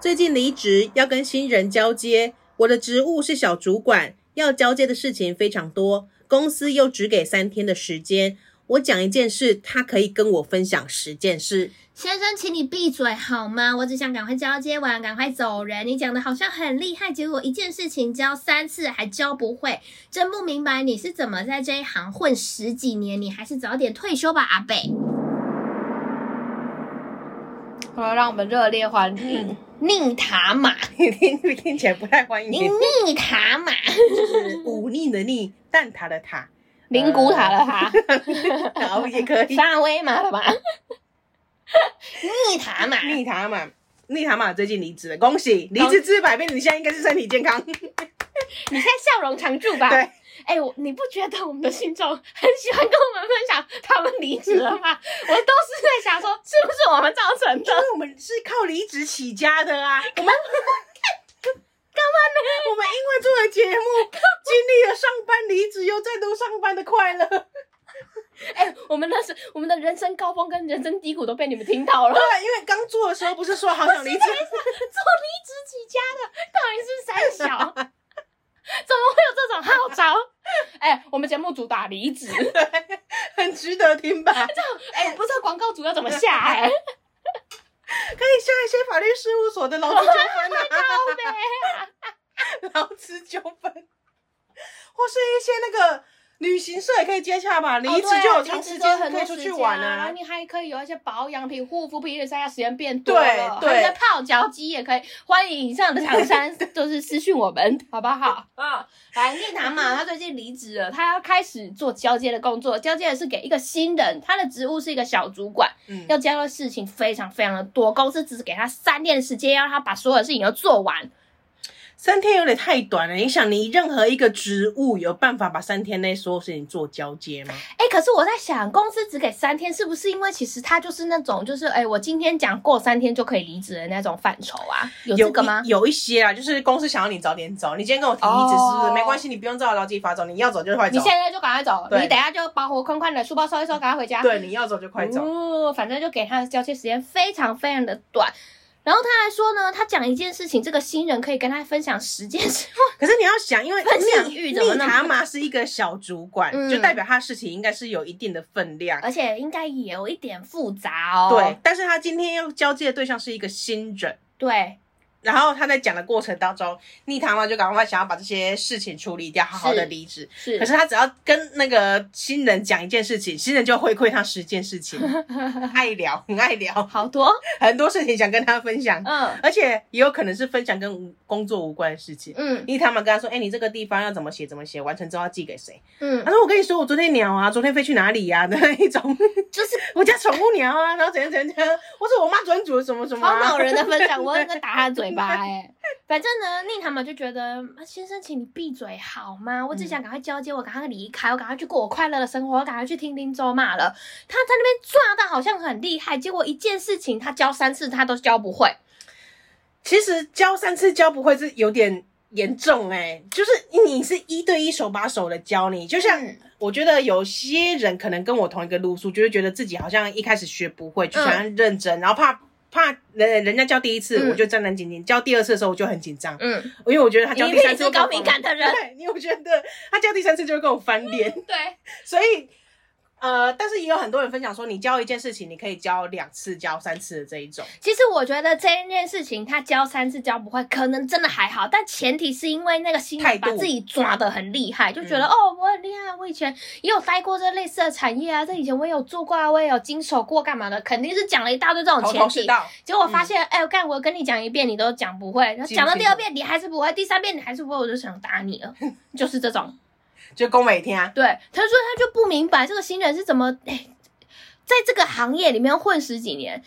Speaker 1: 最近离职要跟新人交接，我的职务是小主管，要交接的事情非常多，公司又只给三天的时间。我讲一件事，他可以跟我分享十件事。
Speaker 3: 先生，请你闭嘴好吗？我只想赶快交接完，赶快走人。你讲的好像很厉害，结果一件事情教三次还教不会，真不明白你是怎么在这一行混十几年。你还是早点退休吧，阿贝。
Speaker 2: 好了，让我们热烈欢迎宁塔马，
Speaker 1: 你听听起来不太欢
Speaker 3: 你
Speaker 1: 迎，
Speaker 3: 逆塔马，
Speaker 1: 就是忤逆的逆，蛋挞的挞，
Speaker 2: 灵骨塔了 哈，
Speaker 1: 然后也可以
Speaker 2: 沙威玛了吧？逆塔马，
Speaker 1: 逆塔马。逆塔马最近离职了，恭喜！离职之百倍，你现在应该是身体健康。
Speaker 2: 你现在笑容常驻吧？
Speaker 1: 对，
Speaker 2: 哎、我你不觉得我们的信众很喜欢跟我们分享他们离职了吗？我都是在想说，是不是我们造成
Speaker 1: 因
Speaker 2: 的？
Speaker 1: 为我们是靠离职起家的啊，我们我们因为做了节目，经历了上班离职又再度上班的快乐，对，
Speaker 2: 哎、我们那是我们的人生高峰跟人生低谷都被你们听到了。
Speaker 1: 啊因为刚做的时候不是说好想离职，
Speaker 2: 做离职起家的，到底是三小？ 怎么会有这种号召？ 哎、我们节目组打 离职，
Speaker 1: 很值得听吧？
Speaker 2: 哎、我不知道广告组要怎么下哎、
Speaker 1: 可以像一些法律事务所的劳资纠纷
Speaker 2: 靠
Speaker 1: 啊，
Speaker 2: 北啊
Speaker 1: 劳资纠纷，或是一些那个旅行社也可以接洽吧，离
Speaker 2: 哦
Speaker 1: 职
Speaker 2: 对啊
Speaker 1: 就有
Speaker 2: 离
Speaker 1: 长
Speaker 2: 职
Speaker 1: 时
Speaker 2: 就
Speaker 1: 间
Speaker 2: 很
Speaker 1: 可以
Speaker 2: 多
Speaker 1: 出
Speaker 2: 时
Speaker 1: 去
Speaker 2: 间
Speaker 1: 玩
Speaker 2: 啊，然后
Speaker 1: 啊。
Speaker 2: 你还可以有一些保养品、护肤品，因为在家时间变多
Speaker 1: 对
Speaker 2: 了，
Speaker 1: 对
Speaker 2: 还有一些泡脚机也可以。欢迎以 上的厂商就是私讯我们，好不好？ 啊，来丽达嘛，她最近离职了，她要开始做交接的工作，交接的是给一个新人，她的职务是一个小主管，
Speaker 1: 嗯，
Speaker 2: 要交的事情非常非常的多，公司只是给她三天的时间，要让她把所有的事情都做完。
Speaker 1: 三天有点太短了。你想，你任何一个职务有办法把三天内所有事情做交接吗？
Speaker 2: 哎、可是我在想，公司只给三天，是不是因为其实他就是那种，就是哎、我今天讲过三天就可以离职的那种范畴啊？有这个吗
Speaker 1: 一？有一些啊，就是公司想要你早点走，你今天跟我提离职是不是？
Speaker 2: 哦
Speaker 1: 没关系，你不用照劳基法走，你要走就快
Speaker 2: 你
Speaker 1: 走
Speaker 2: 现。在就赶快走，
Speaker 1: 对
Speaker 2: 你等一下就把火宽宽的书包收一收，赶快回家。
Speaker 1: 对，你要走就快走。
Speaker 2: 哦，反正就给他的交接时间非常非常的短。然后他还说呢，他讲一件事情，这个新人可以跟他分享十件事。
Speaker 1: 可是你要想，因为
Speaker 2: 分享欲
Speaker 1: 密
Speaker 2: 怎么
Speaker 1: 密
Speaker 2: 那么
Speaker 1: 塔玛是一个小主管，
Speaker 2: 嗯
Speaker 1: 就代表他的事情应该是有一定的分量。
Speaker 2: 而且应该也有一点复杂哦。
Speaker 1: 对，但是他今天要交接的对象是一个新人，
Speaker 2: 对，
Speaker 1: 然后他在讲的过程当中，逆堂嘛就赶快想要把这些事情处理掉，好好的离职。
Speaker 2: 是。
Speaker 1: 可是他只要跟那个新人讲一件事情，新人就回馈他十件事 情，爱聊，很爱聊，
Speaker 2: 好多，
Speaker 1: 很多事情想跟他分享，
Speaker 2: 嗯
Speaker 1: 而且也有可能是分享跟无工作无关的事情。
Speaker 2: 嗯
Speaker 1: 逆堂嘛跟他说：“哎、你这个地方要怎么写，怎么写，完成之后要寄给谁？”
Speaker 2: 嗯
Speaker 1: 他，说：“我跟你说，我昨天鸟啊，昨天飞去哪里呀、的那一种，
Speaker 2: 就是
Speaker 1: 我家宠物鸟啊，然后怎样怎样怎样。”我说：“我妈昨天煮了什么什么、
Speaker 2: 好
Speaker 1: 啊。”
Speaker 2: 恼人哦的分享，我很想打他 嘴巴哎、反正呢，宁他们就觉得啊先生，请你闭嘴好吗？我只
Speaker 1: 嗯
Speaker 2: 想赶快交接，我赶快离开，我赶快去过我快乐的生活，我赶快去听听周骂了。他在那边抓到好像很厉害，结果一件事情他教三次他都教不会。
Speaker 1: 其实教三次教不会是有点严重哎、就是你是一对一手把手的教你，就像
Speaker 2: 嗯
Speaker 1: 我觉得有些人可能跟我同一个路数，就会觉得自己好像一开始学不会，
Speaker 2: 嗯
Speaker 1: 就想要认真，然后怕。怕人人家教第一次，
Speaker 2: 嗯
Speaker 1: 我就战战兢兢；教第二次的时候，我就很紧张，
Speaker 2: 嗯，
Speaker 1: 因为我觉得他教
Speaker 2: 你
Speaker 1: 第
Speaker 2: 一
Speaker 1: 三次
Speaker 2: 是
Speaker 1: 会跟
Speaker 2: 高
Speaker 1: 我
Speaker 2: 敏感的 人，嗯
Speaker 1: 对，因为我觉得他教第三次就会跟我翻脸。
Speaker 2: 对，
Speaker 1: 所以，呃，但是也有很多人分享说，你教一件事情，你可以教两次、教三次的这一种。
Speaker 2: 其实我觉得这一件事情，他教三次教不会，可能真的还好，但前提是因为那个新
Speaker 1: 态
Speaker 2: 人
Speaker 1: 度
Speaker 2: 把自己抓得很厉害，就觉得、
Speaker 1: 嗯
Speaker 2: 哦，我很厉害，我以前也有待过这类似的产业啊，这以前我也有做过啊，我也有经手过干嘛的，肯定是讲了一大堆这种
Speaker 1: 头
Speaker 2: 哦前
Speaker 1: 头是
Speaker 2: 提。
Speaker 1: 道，
Speaker 2: 结果发现，哎、我干、我跟你讲一遍，你都讲不会，然后
Speaker 1: 嗯记不
Speaker 2: 讲到
Speaker 1: 清
Speaker 2: 第二
Speaker 1: 楚
Speaker 2: 遍你还是不会，第三遍你还是不会，我就想打你了， 就是这种。
Speaker 1: 就宫美天啊，
Speaker 2: 对，他说他就不明白这个新人是怎么，哎、在这个行业里面混十几年，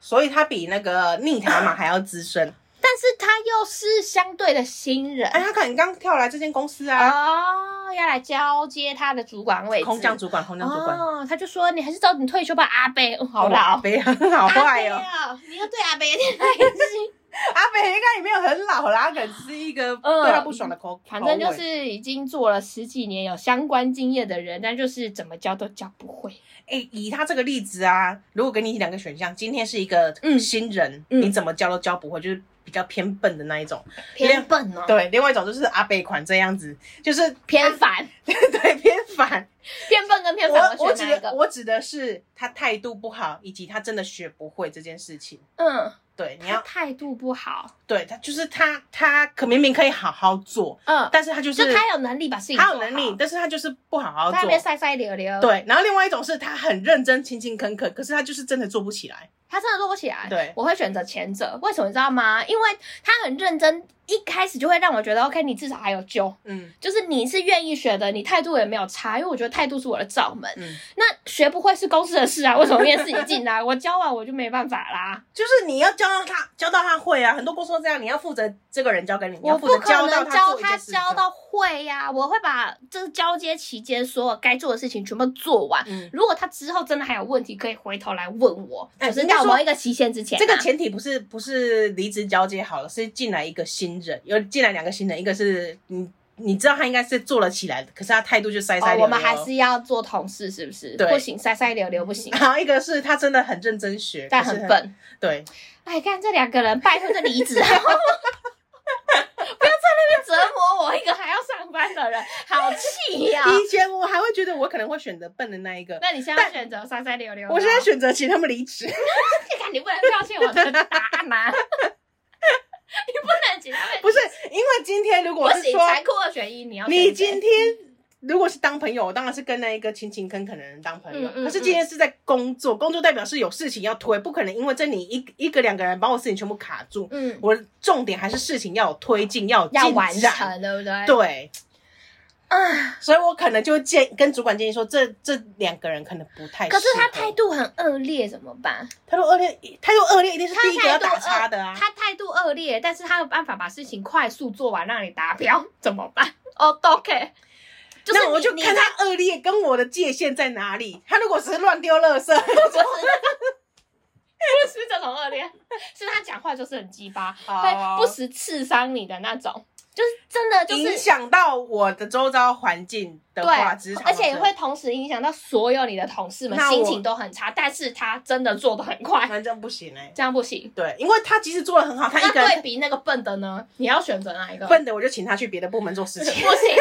Speaker 1: 所以他比那个逆塔玛还要资 深。
Speaker 2: 但是他又是相对的新人
Speaker 1: 哎，他可能刚跳来这间公司啊，
Speaker 2: 哦，要来交接他的主管位置，
Speaker 1: 空降主管，空降主管，
Speaker 2: 哦，他就说你还是早点退休吧，阿贝，嗯好
Speaker 1: 阿
Speaker 2: 老，
Speaker 1: 北好坏哦
Speaker 2: 阿贝，啊，你又对阿贝有点担心，
Speaker 1: 阿北应该也没有很老啦，可能只是一个
Speaker 2: 嗯
Speaker 1: 对他不爽的口，
Speaker 2: 反正就
Speaker 1: 口吻
Speaker 2: 是已经做了十几年有相关经验的人，但就是怎么教都教不会。
Speaker 1: 哎，以他这个例子啊，如果给你两个选项，今天是一个
Speaker 2: 嗯
Speaker 1: 新人，
Speaker 2: 嗯
Speaker 1: 你怎么教都教不会，就是比较偏笨的那一种。
Speaker 2: 偏笨哦，
Speaker 1: 对，另外一种就是阿北款这样子，就是
Speaker 2: 偏烦，
Speaker 1: 对偏烦。
Speaker 2: 偏笨跟偏烦，
Speaker 1: 我我指
Speaker 2: 选哪一
Speaker 1: 的
Speaker 2: 个？
Speaker 1: 我指的是他态度不好，以及他真的学不会这件事情。
Speaker 2: 嗯，
Speaker 1: 对，你
Speaker 2: 他
Speaker 1: 要
Speaker 2: 态度不好，
Speaker 1: 对他就是他他可明明可以好好做，
Speaker 2: 嗯，
Speaker 1: 但是他就是
Speaker 2: 就他有能力把事情做
Speaker 1: 他
Speaker 2: 好，
Speaker 1: 有能力，但是他就是不好好
Speaker 2: 在那边
Speaker 1: 做。
Speaker 2: 晒晒流流，
Speaker 1: 对，然后另外一种是他很认真、勤勤恳恳，可是他就是真的做不起来。
Speaker 2: 他真的做不起来。
Speaker 1: 对
Speaker 2: 我会选择前者，为什么你知道吗？因为他很认真，一开始就会让我觉得，OK，你至少还有救，
Speaker 1: 嗯
Speaker 2: 就是你是愿意学的，你态度也没有差，因为我觉得态度是我的罩门。
Speaker 1: 嗯，
Speaker 2: 那学不会是公司的事啊，为什么面试你进来，我教完我就没办法啦？
Speaker 1: 就是你要教到他教到他会啊，很多公司都这样，你要负责这个人教给你，你要
Speaker 2: 我
Speaker 1: 负
Speaker 2: 不
Speaker 1: 责
Speaker 2: 可
Speaker 1: 教到
Speaker 2: 能教
Speaker 1: 做一件事情
Speaker 2: 教。到会呀、我会把这交接期间所有该做的事情全部做完。
Speaker 1: 嗯，
Speaker 2: 如果他之后真的还有问题，可以回头来问我，
Speaker 1: 哎
Speaker 2: 就是
Speaker 1: 应该
Speaker 2: 到
Speaker 1: 说
Speaker 2: 某一个期限之前啊、
Speaker 1: 这个前提不是不是离职交接好了，是进来一个新人，有进来两个新人，一个是你你知道他应该是做了起来的，可是他态度就塞塞溜
Speaker 2: 哦，
Speaker 1: 溜。
Speaker 2: 我们还是要做同事，是不是？
Speaker 1: 对
Speaker 2: 不行，塞塞流流 不行，
Speaker 1: 然后一个是他真的很认真学，
Speaker 2: 但
Speaker 1: 可是
Speaker 2: 很。笨。
Speaker 1: 对，
Speaker 2: 哎，看这两个人，拜托就 离职啊！ 不要在那边折磨我一个还要上班的人，好气 呀、
Speaker 1: 以前我还会觉得我可能会选择笨的那一个，
Speaker 2: 那你现在选择塞塞流流吗？
Speaker 1: 我现在选择请他们离职。
Speaker 2: 你看，你不能剽窃我的 答案，啊你不能请他们。
Speaker 1: 不是因为今天如果
Speaker 2: 我
Speaker 1: 是
Speaker 2: 行
Speaker 1: 说
Speaker 2: 残酷二选一，你要选
Speaker 1: 你
Speaker 2: 谁
Speaker 1: 今天如果是当朋友，我当然是跟那一个勤勤恳恳的人当朋友。
Speaker 2: 嗯嗯
Speaker 1: 可是今天是在工作，工作代表是有事情要推，不可能因为这你一一个两个人把我事情全部卡住。
Speaker 2: 嗯，
Speaker 1: 我的重点还是事情要有推进，要有
Speaker 2: 要
Speaker 1: 进
Speaker 2: 完
Speaker 1: 展
Speaker 2: 成，对不对？，
Speaker 1: 对，
Speaker 2: 啊，
Speaker 1: 所以我可能就会建跟主管建议说，这这两个人可能不太适合。
Speaker 2: 可是他态度很恶劣，怎么办？
Speaker 1: 态度恶劣，态度恶劣一定是
Speaker 2: 他
Speaker 1: 第一个要
Speaker 2: 态度
Speaker 1: 打叉
Speaker 2: 恶，
Speaker 1: 的啊。
Speaker 2: 他态度恶劣，但是他有办法把事情快速做完，让你达标，怎么办？哦、都 o k 就是
Speaker 1: 那我
Speaker 2: 你
Speaker 1: 就
Speaker 2: 你
Speaker 1: 看
Speaker 2: 在
Speaker 1: 他恶劣跟我的界限在哪里。他如果只是乱丢垃 圾，
Speaker 2: 不是，不是这种恶劣，是他讲话就是很鸡巴，
Speaker 1: 哦
Speaker 2: 会不时刺伤你的那种，就是真的就
Speaker 1: 影
Speaker 2: 是。
Speaker 1: 响到我的周遭环境的
Speaker 2: 对
Speaker 1: 话，职，场
Speaker 2: 而且也
Speaker 1: 的
Speaker 2: 会同时影响到所有你的同事们
Speaker 1: 那我
Speaker 2: 心情都很差，但是他真的做的很快，
Speaker 1: 反正不行哎、
Speaker 2: 这样不行。
Speaker 1: 对，因为他即使做的很 好，他
Speaker 2: 那
Speaker 1: 一个
Speaker 2: 对
Speaker 1: 人
Speaker 2: 比那个笨的呢，你要选择哪一个？
Speaker 1: 笨的，我就请他去别的部门做事
Speaker 2: 不行，
Speaker 1: 情。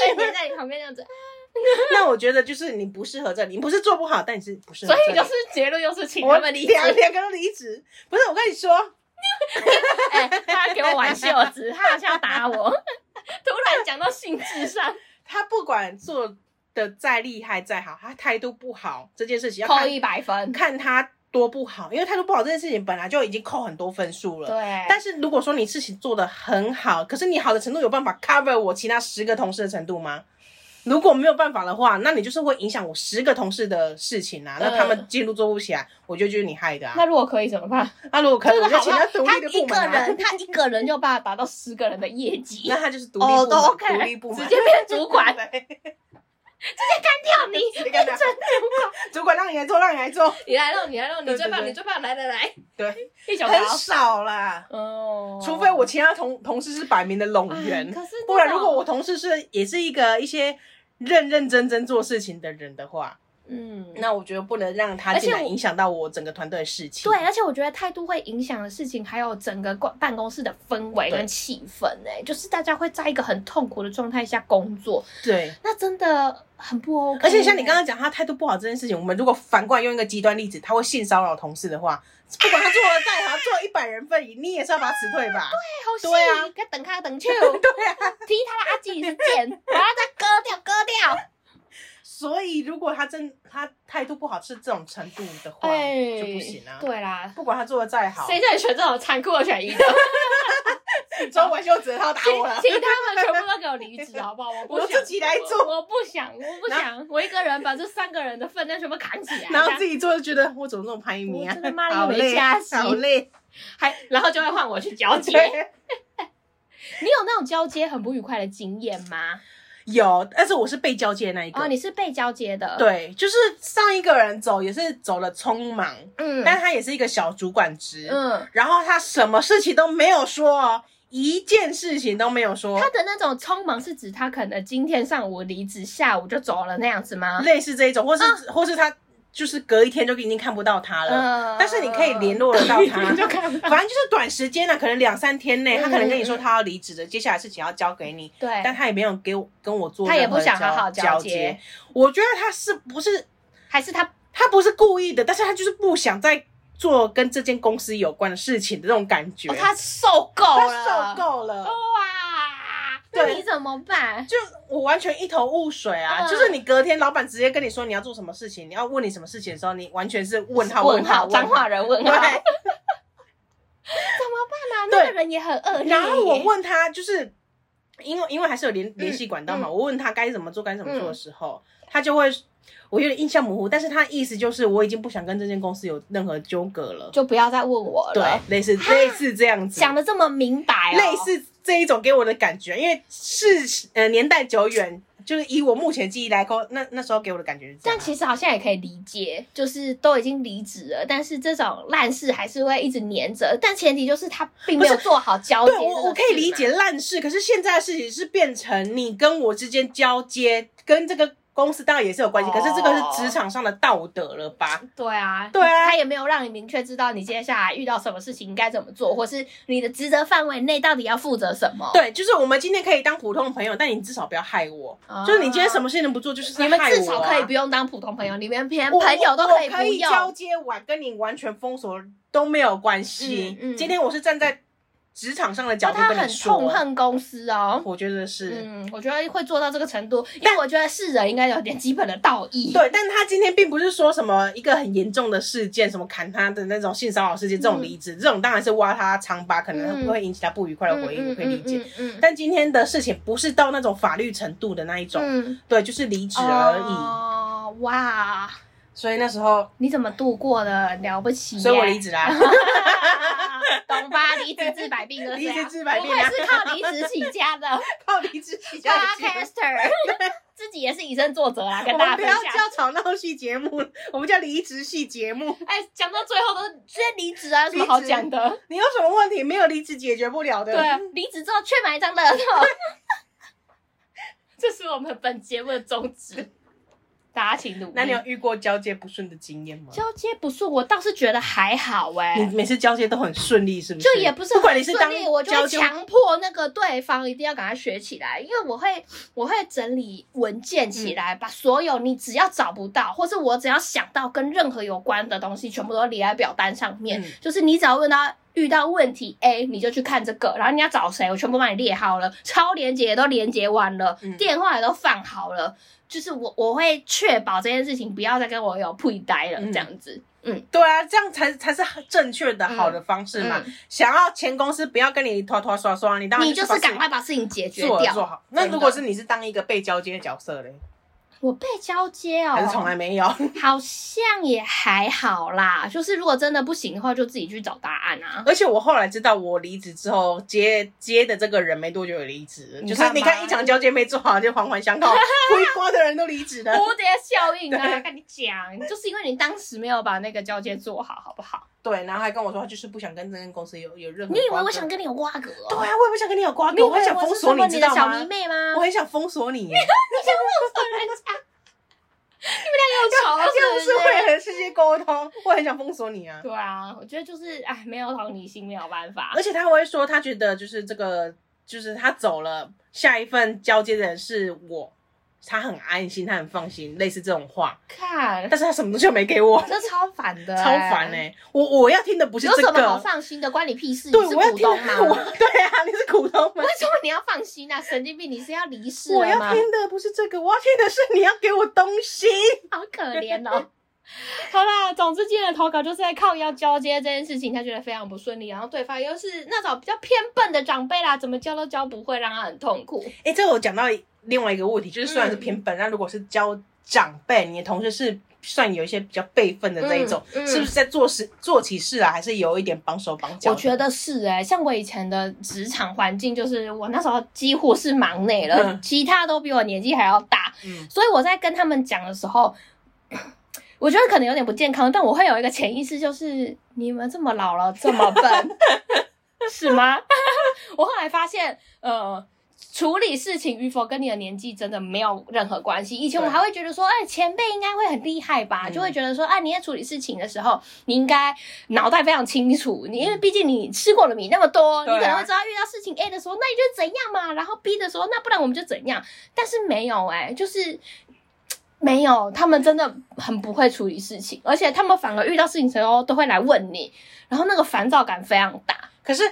Speaker 2: 他就会黏在你旁边这样子，
Speaker 1: 那我觉得就是你不适合这里，你不是做不好，但你是不适合
Speaker 2: 所
Speaker 1: 这
Speaker 2: 以
Speaker 1: 里。
Speaker 2: 就是结论就是请
Speaker 1: 我
Speaker 2: 他们离职。
Speaker 1: 两两个都离职。不是，我跟你说，
Speaker 2: 哎、他给我挽袖子，他好像要打我。 突然讲到性质上，
Speaker 1: 他不管做的再厉害再好，他态度不好这件事 情要
Speaker 2: 扣
Speaker 1: 看
Speaker 2: 一百分。
Speaker 1: 看他多不好，因为态度不好这件事情本来就已经扣很多分数了。
Speaker 2: 对，
Speaker 1: 但是如果说你事情做得很好，可是你好的程度有办法 cover 我其他十个同事的程度吗？如果没有办法的话，那你就是会影响我十个同事的事情啊，那他们进度做不起来，我就觉得你害的啊。
Speaker 2: 那如果可以怎么办？
Speaker 1: 那如果可以，
Speaker 2: 这
Speaker 1: 我
Speaker 2: 个
Speaker 1: 就
Speaker 2: 好
Speaker 1: 请
Speaker 2: 不好
Speaker 1: 独
Speaker 2: 他
Speaker 1: 立的
Speaker 2: 一
Speaker 1: 部门
Speaker 2: 个
Speaker 1: 啊。
Speaker 2: 人，他一个人就把达到十个人的业绩，
Speaker 1: 那他就是独立
Speaker 2: 哦
Speaker 1: 部
Speaker 2: 都
Speaker 1: 门，
Speaker 2: OK，
Speaker 1: 独立部门，
Speaker 2: 直接变主管
Speaker 1: 对
Speaker 2: 干掉你，
Speaker 1: 直接干掉主管让你来做，让你 来做，
Speaker 2: 你来弄，你来弄，你
Speaker 1: 对
Speaker 2: 最
Speaker 1: 对
Speaker 2: 棒，
Speaker 1: 对
Speaker 2: 你最棒，来来来，
Speaker 1: 对，
Speaker 2: 一小刀。
Speaker 1: 很少啦。
Speaker 2: 哦，
Speaker 1: 除非我其他同同事是摆明的拢
Speaker 2: 哎
Speaker 1: 员，
Speaker 2: 可是
Speaker 1: 不然
Speaker 2: 这种
Speaker 1: 如果我同事是也是一个一些认认真真做事情的人的话，
Speaker 2: 嗯，
Speaker 1: 那我觉得不能让他进来影响到我整个团队的事情。
Speaker 2: 对，啊而且我觉得态度会影响的事情，还有整个办办公室的氛围跟气氛、哎，就是大家会在一个很痛苦的状态下工作，
Speaker 1: 对，
Speaker 2: 那真的很不 OK、
Speaker 1: 而且像你刚刚讲他态度不好这件事情，我们如果反过来用一个极端例子，他会性骚扰同事的话，不管他做的再好，做一百人份，你也是要把他辞退 吧？
Speaker 2: 哎好戏，
Speaker 1: 对啊
Speaker 2: 该等他等 去，
Speaker 1: 对啊。
Speaker 2: 踢他的阿基里斯腱，把他 再割掉，割掉。
Speaker 1: 所以如果他真他态度不好是这种程度的话，就哦不行啊。
Speaker 2: 哎对啦，
Speaker 1: 不管他做的再好，
Speaker 2: 谁叫你选这种残酷的选 一的？
Speaker 1: 周文秀只要打
Speaker 2: 请
Speaker 1: 我了。
Speaker 2: 请他们全部都给我离职，好不好？我不
Speaker 1: 啊我
Speaker 2: 想，
Speaker 1: 自己来做
Speaker 2: 我我不想，我不想，我一个人把这三个人的分量全部扛起来，
Speaker 1: 然后自己做就觉得我怎么这么叛逆啊
Speaker 2: 我真的妈，的
Speaker 1: 好
Speaker 2: 又没
Speaker 1: 累，
Speaker 2: 假期
Speaker 1: 好 累。
Speaker 2: 还然后就会换我去交接。
Speaker 1: 对，
Speaker 2: 你有那种交接很不愉快的经验吗？
Speaker 1: 有，但是我是被交接那一个
Speaker 2: 哦，。你是被交接的，，
Speaker 1: 对，就是上一个人走也是走了匆忙，
Speaker 2: 嗯，
Speaker 1: 但他也是一个小主管职，
Speaker 2: 嗯，
Speaker 1: 然后他什么事情都没有说哦，一件事情都没有说
Speaker 2: 他，的那种匆忙是指他可能今天上午离职，下午就走了那样子吗？
Speaker 1: 类似这一种，或是、或是他就是隔一天就已经看不到他了，
Speaker 2: 啊嗯，
Speaker 1: 但是你可以联络得到他，
Speaker 2: 就看不嗯到
Speaker 1: 反正就是短时间呢、啊可能两三天内，他可能跟你说
Speaker 2: 嗯
Speaker 1: 他要离职的，接下来事情要交给你，
Speaker 2: 对，
Speaker 1: 但他也没有给我跟我做，
Speaker 2: 嗯他也不想好好
Speaker 1: 交
Speaker 2: 交接
Speaker 1: 接。我觉得他是不是
Speaker 2: 还是他哦
Speaker 1: 他不是故意的，但是他就是不想再做跟这间公司有关的事情的那种感觉。
Speaker 2: 哦他受够了，哦
Speaker 1: 他受够了。
Speaker 2: 哇，那
Speaker 1: 对
Speaker 2: 你怎么办？
Speaker 1: 就我完全一头雾水啊！
Speaker 2: 嗯
Speaker 1: 就是你隔天老板直接跟你说你要做什么事情，你要问你什么事情的时候，你完全是问号
Speaker 2: 问
Speaker 1: 号
Speaker 2: 脏话
Speaker 1: 人。
Speaker 2: 人问 号，怎么办
Speaker 1: 对，
Speaker 2: 啊？
Speaker 1: 对
Speaker 2: 那个人也很恶劣。
Speaker 1: 然后我，问他，就是因为因为还是有联联系管道嘛，
Speaker 2: 嗯
Speaker 1: 我问他该怎么做该怎么做的时候，他就会我有点印象模糊，但是他意思就是我已经不想跟这间公司有任何纠葛了，
Speaker 2: 就不要再问我
Speaker 1: 对
Speaker 2: 了，，
Speaker 1: 类似类似这样子，
Speaker 2: 讲的这么明白哦，
Speaker 1: 类似这一种给我的感觉，因为是呃年代久远，就是以我目前记忆来说，那那时候给我的感觉是这样
Speaker 2: 但
Speaker 1: 啊。
Speaker 2: 其实好像也可以理解，就是都已经离职了，但是这种烂事还是会一直黏着。但前提就是他并没有做好交接
Speaker 1: 对
Speaker 2: 这个事嘛。啊
Speaker 1: 我，我可以理解烂事，可是现在的事情是变成你跟我之间交接，跟这个公司当然也是有关系，
Speaker 2: 哦
Speaker 1: 可是这个是职场上的道德了吧？
Speaker 2: 对啊，
Speaker 1: 对啊
Speaker 2: 他也没有让你明确知道你接下来遇到什么事情应该怎么做，或是你的职责范围内到底要负责什么。，
Speaker 1: 对，就是我们今天可以当普通朋友，但你至少不要害我。
Speaker 2: 哦
Speaker 1: 就是你今天什么事情都不做，就是在
Speaker 2: 你们
Speaker 1: 害
Speaker 2: 至
Speaker 1: 我
Speaker 2: 少
Speaker 1: 啊
Speaker 2: 可以不用当普通朋友，你们连
Speaker 1: 我
Speaker 2: 朋友都
Speaker 1: 我我
Speaker 2: 以
Speaker 1: 可
Speaker 2: 不
Speaker 1: 以交
Speaker 2: 用。
Speaker 1: 接完，跟你完全封锁都没有关系。
Speaker 2: 嗯嗯
Speaker 1: 今天我是站在职场上的角
Speaker 2: 那
Speaker 1: 度
Speaker 2: 他
Speaker 1: 跟你
Speaker 2: 很
Speaker 1: 说，
Speaker 2: 痛恨公司哦。
Speaker 1: 我觉得是。
Speaker 2: 嗯，我觉得会做到这个程度，因为我觉得是人应该有点基本的道义。
Speaker 1: 对，但他今天并不是说什么一个很严重的事件，什么砍他的那种性骚扰事件，这种
Speaker 2: 嗯
Speaker 1: 离职，这种当然是挖他疮疤，可能
Speaker 2: 嗯
Speaker 1: 会引起他不愉快的
Speaker 2: 嗯，
Speaker 1: 回应，我可以理解。
Speaker 2: 嗯。嗯嗯
Speaker 1: 但今天的事情不是到那种法律程度的那一种，
Speaker 2: 嗯，
Speaker 1: 对，就是离职而已。
Speaker 2: 哦，哇，
Speaker 1: 所以那时候，
Speaker 2: 你怎么度过的？了不起耶！
Speaker 1: 所以我离职啦。
Speaker 2: 懂吧？离职治百病就是这样
Speaker 1: 离职治百病
Speaker 2: 不
Speaker 1: 啊
Speaker 2: 愧是靠离职起家 的
Speaker 1: 靠离职起家的节目
Speaker 2: podcaster，自己也是以身作则啊啦，跟
Speaker 1: 我们
Speaker 2: 大家
Speaker 1: 不
Speaker 2: 分
Speaker 1: 要
Speaker 2: 享。
Speaker 1: 叫吵闹系节目，我们叫离职系节目。
Speaker 2: 哎，讲到最后都是直接离职啊，有什么好讲的？
Speaker 1: 你有什么问题没有离职解决不了的？
Speaker 2: 对，啊离职之后去买一张 乐透，这是我们本节目的宗旨。大家请努力。
Speaker 1: 那你有遇过交接不顺的经验吗？
Speaker 2: 交接不顺，我倒是觉得还好哎、
Speaker 1: 你每次交接都很顺利，是不是？
Speaker 2: 就也不是
Speaker 1: 不管你
Speaker 2: 很
Speaker 1: 是
Speaker 2: 顺
Speaker 1: 当
Speaker 2: 利，我就
Speaker 1: 交
Speaker 2: 会
Speaker 1: 接，
Speaker 2: 强迫那个对方一定要赶快学起来，因为我会我会整理文件起来，把所有你只要找不到，或是我只要想到跟任何有关的东西，全部都列在表单上面。
Speaker 1: 嗯
Speaker 2: 就是你只要问到遇到问题 A，你就去看这个，然后你要找谁，我全部帮你列好了，超连接也都连接完了，
Speaker 1: 嗯
Speaker 2: 电话也都放好了。就是我，我会确保这件事情不要再跟我有屁呆了，
Speaker 1: 嗯
Speaker 2: 这样子。嗯，
Speaker 1: 对啊，这样才才是正确的、好的方式嘛。
Speaker 2: 嗯
Speaker 1: 想要前公司不要跟你拖拖刷刷，你当然
Speaker 2: 你就是
Speaker 1: 把事
Speaker 2: 赶快把事情解决
Speaker 1: 做了
Speaker 2: 掉。
Speaker 1: 做好。那
Speaker 2: 真的
Speaker 1: 如果是你是当一个被交接的角色嘞，
Speaker 2: 我被交接哦，
Speaker 1: 还是从来没有？
Speaker 2: 好像也还好啦。就是如果真的不行的话，就自己去找答 案啊。
Speaker 1: 而且我后来知道，我离职之后接接的这个人没多久也离职，
Speaker 2: 你
Speaker 1: 就
Speaker 2: 看吧
Speaker 1: 是你看一场交接没做好就环环 相扣，回锅的人都离职了。
Speaker 2: 蝴蝶效应啊，
Speaker 1: 对
Speaker 2: 跟你讲，就是因为你当时没有把那个交接做好，好不好？
Speaker 1: 对，然后还跟我说，他就是不想跟这间公司有有任何。
Speaker 2: 你以为我想？跟你有瓜葛、
Speaker 1: 对啊，
Speaker 2: 哦？
Speaker 1: 我也不想跟你有瓜
Speaker 2: 你以
Speaker 1: 葛，
Speaker 2: 为
Speaker 1: 我很想
Speaker 2: 是
Speaker 1: 封锁
Speaker 2: 什么
Speaker 1: 知
Speaker 2: 的
Speaker 1: 道
Speaker 2: 小
Speaker 1: 吗
Speaker 2: 迷？妹啊吗？
Speaker 1: 我很想封锁你耶，
Speaker 2: 人家，你们俩有仇
Speaker 1: 就是是
Speaker 2: 不是？
Speaker 1: 为了哦这些沟通，我很想封锁你啊。
Speaker 2: 对啊，我觉得就是哎，没有同理心没有 办法
Speaker 1: 而。且他会说，他觉得就是这个，就是他走了，下一份交接的人是我，他很安心，他很放心，类似这种话。
Speaker 2: 看，
Speaker 1: 但是他什么东西都没给我，
Speaker 2: 这超烦的、
Speaker 1: 超烦哎、我我要听的不是
Speaker 2: 有
Speaker 1: 这
Speaker 2: 什么好
Speaker 1: 个，
Speaker 2: 放心的？关你屁事！
Speaker 1: 对，
Speaker 2: 你是
Speaker 1: 我要
Speaker 2: 股
Speaker 1: 听
Speaker 2: 东
Speaker 1: 的，我
Speaker 2: 吗？
Speaker 1: 对啊，你是股东吗
Speaker 2: 为？什么你要放心啊？神经病！你是要离世
Speaker 1: 我
Speaker 2: 了
Speaker 1: 要
Speaker 2: 吗？
Speaker 1: 听的不是这个，我要听的是你要给我东西。
Speaker 2: 好可怜 哦。好啦，总之今天的投稿就是在靠腰交接这件事情，他觉得非常不顺利，然后对方又是那种比较偏笨的长辈啦，怎么教都教不会，让他很痛苦。
Speaker 1: 哎、这我讲到另外一个问题，就是虽
Speaker 2: 嗯
Speaker 1: 然是偏本，那、如果是教长辈，你的同事是算有一些比较辈分的这一种，
Speaker 2: 嗯嗯
Speaker 1: 是不是在做事做起事啊，还是有一点绑手绑脚？
Speaker 2: 我觉。得是哎、像我以前的职场环境，就是我那时候几乎是忙内了，
Speaker 1: 嗯
Speaker 2: 其他都比我年纪还要大，
Speaker 1: 嗯
Speaker 2: 所以我在跟他们讲的时候，我觉得可能有点不健康，但我会有一个潜意识，就是你们这么老了，这么 笨，是吗？ 我后来发现，呃。处理事情与否跟你的年纪真的没有任何关系。以前我
Speaker 1: 对
Speaker 2: 还会觉得说，哎，前辈应该会很厉害吧，
Speaker 1: 嗯
Speaker 2: 就会觉得说，哎，你在处理事情的时候，你应该脑袋非常清楚，你因为毕竟你吃过的米那么多，
Speaker 1: 嗯对啊
Speaker 2: 你可能会知道遇到事情 A 的时候，那你就怎样嘛，然后 B 的时候，那不然我们就怎样。但是没有哎、就是没有，他们真的很不会处理事情，而且他们反而遇到事情的时候都会来问你，然后那个烦躁感非常大。
Speaker 1: 可是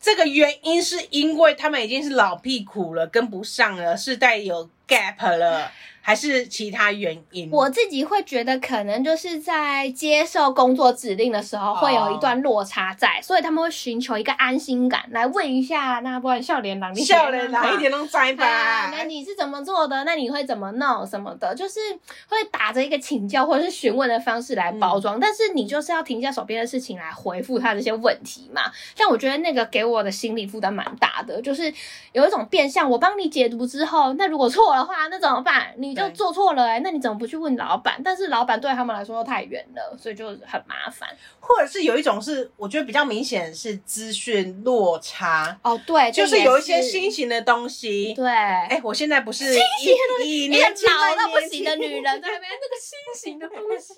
Speaker 1: 这个原因是因为他们已经是老屁股了，跟不上了，世代有 gap 了，还是其他原因？
Speaker 2: 我自己会觉得，可能就是在接受工作指令的时候会有一段落差在，所以他们会寻求一个安心感，来问一下，那不然笑脸狼，你
Speaker 1: 笑脸哪一
Speaker 2: 点？
Speaker 1: 点都栽吧
Speaker 2: 啊，。那你是怎么做的？那你会怎么弄什么的？就是会打着一个请教或者是询问的方式来
Speaker 1: 嗯
Speaker 2: 包装，但是你就是要停下手边的事情来回复他这些问题嘛。但我觉得那个给我的心理负担蛮大的，就是有一种变相，我帮你解读之后，那如果错的话，那怎么办？你就
Speaker 1: 对
Speaker 2: 做错了哎、那你怎么不去问老板？但是老板对他们来说又太远了，所以就很麻烦。
Speaker 1: 或者是有一种是，我觉得比较明显是资讯落差，
Speaker 2: 哦，对，
Speaker 1: 就
Speaker 2: 这
Speaker 1: 是
Speaker 2: 也
Speaker 1: 有一些新型的东西。
Speaker 2: 对。
Speaker 1: 哎、我现在不是以以
Speaker 2: 一个
Speaker 1: 年轻
Speaker 2: 老到
Speaker 1: 的
Speaker 2: 不
Speaker 1: 年
Speaker 2: 行
Speaker 1: 纪
Speaker 2: 的女人在那边， 那个新型的东西，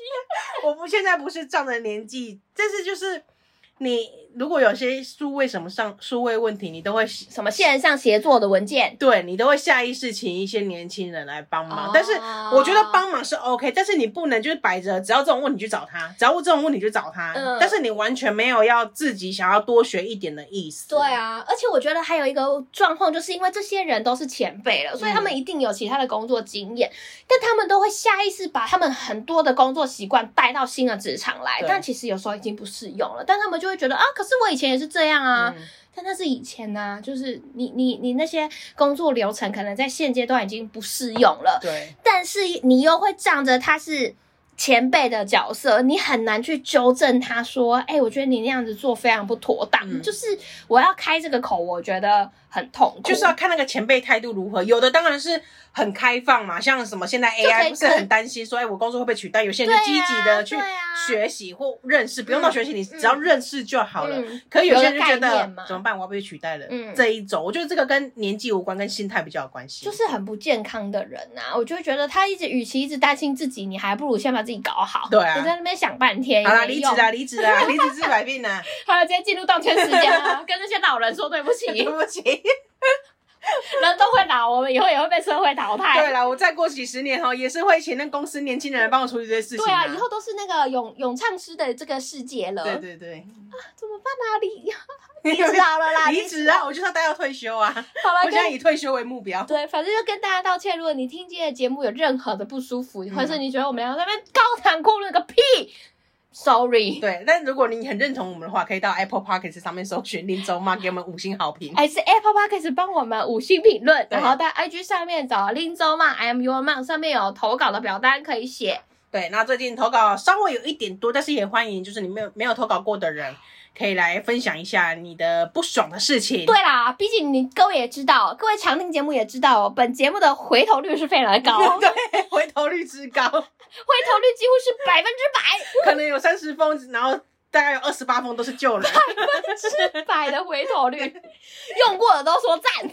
Speaker 1: 我不现在不是仗着年纪，但是就是你如果有些数位什么上数位问题，你都会
Speaker 2: 什么线上协作的文件，
Speaker 1: 对你都会下意识请一些年轻人来帮忙。
Speaker 2: 哦
Speaker 1: 但是我觉得帮忙是 OK，但是你不能就是摆着，只要这种问题去找他，只要这种问题去找他，
Speaker 2: 嗯
Speaker 1: 但是你完全没有要自己想要多学一点的意思。
Speaker 2: 对啊，而且我觉得还有一个状况，就是因为这些人都是前辈了，所以他们一定有其他的工作经验，但他们都会下意识把他们很多的工作习惯带到新的职场来，
Speaker 1: 对
Speaker 2: 哎但其实有时候已经不适用了，但他们就会觉得啊，可是我以前也是这样啊，
Speaker 1: 嗯，
Speaker 2: 但那是以前呢、就是你你你那些工作流程可能在现阶段已经不适用了，
Speaker 1: 对，
Speaker 2: 但是你又会仗着他是前辈的角色，你很难去纠正他说，哎、我觉得你那样子做非常不妥当，
Speaker 1: 嗯
Speaker 2: 就是我要开这个口，我觉得很痛苦，
Speaker 1: 就是要看那个前辈态度如何。有的当然是很开放嘛，像什么现在
Speaker 2: 就可以
Speaker 1: AI 不是很担心说，哎，我工作会被取代，有些人就积极的去
Speaker 2: 对啊
Speaker 1: 学习或认识，不用到学习，你只要认识就好了。
Speaker 2: 嗯
Speaker 1: 可有些人就觉
Speaker 2: 有个概
Speaker 1: 得
Speaker 2: 念嘛
Speaker 1: 怎么办？我要被取代了。
Speaker 2: 嗯
Speaker 1: 这一种，我觉得这个跟年纪无关，跟心态比较有关系。
Speaker 2: 就是很不健康的人呐、我就会觉得他一直，与其一直担心自己，你还不如先把自己搞好。
Speaker 1: 对啊
Speaker 2: 你在那边想半天，
Speaker 1: 好啦，
Speaker 2: 也没
Speaker 1: 离职啊
Speaker 2: 用
Speaker 1: 啦，离职啦，离职治百病 啦。
Speaker 2: 还有直接进入当圈时间 啊，跟那些老人说对不起，
Speaker 1: 对不起，
Speaker 2: 人都会老，我们以后也会被社会淘汰。
Speaker 1: 对啦，我再过几十年哦，也是会请那公司年轻人来帮我处理这些事情。
Speaker 2: 对啊，以后都是那个咏咏唱师的这个世界了，
Speaker 1: 对对对，
Speaker 2: 怎么办啊？离 离职好了 啦，
Speaker 1: 离职啊，我就是要待到退休啊，
Speaker 2: 好
Speaker 1: 我
Speaker 2: 了，
Speaker 1: 现在
Speaker 2: 跟
Speaker 1: 以退休为目标。
Speaker 2: 对，反正就跟大家道歉。如果你听今天的节目有任何的不舒
Speaker 1: 嗯
Speaker 2: 服，或者是你觉得我们俩在那边高谈阔论个屁，sorry。
Speaker 1: 对，但如果你很认同我们的话，可以到 Apple Podcast 上面搜寻林周妈，给我们五星好评。
Speaker 2: 还是 Apple Podcast 帮我们五星评论，
Speaker 1: 对
Speaker 2: 然后在 IG 上面找林州嘛，I am your mom，上面有投稿的表单可以写。
Speaker 1: 对，那最近投稿稍微有一点多，但是也欢迎就是你没有没有投稿过的人，可以来分享一下你的不爽的事情。
Speaker 2: 对啦，毕竟你各位也知道，各位常听节目也知道哦，本节目的回头率是非常的高，回头率
Speaker 1: 对，回头率之高，
Speaker 2: 几乎是百分之
Speaker 1: 可能有三十封，然后大概有二十八封都是旧 人。
Speaker 2: 百，之百的回头 率，用过的都说赞，你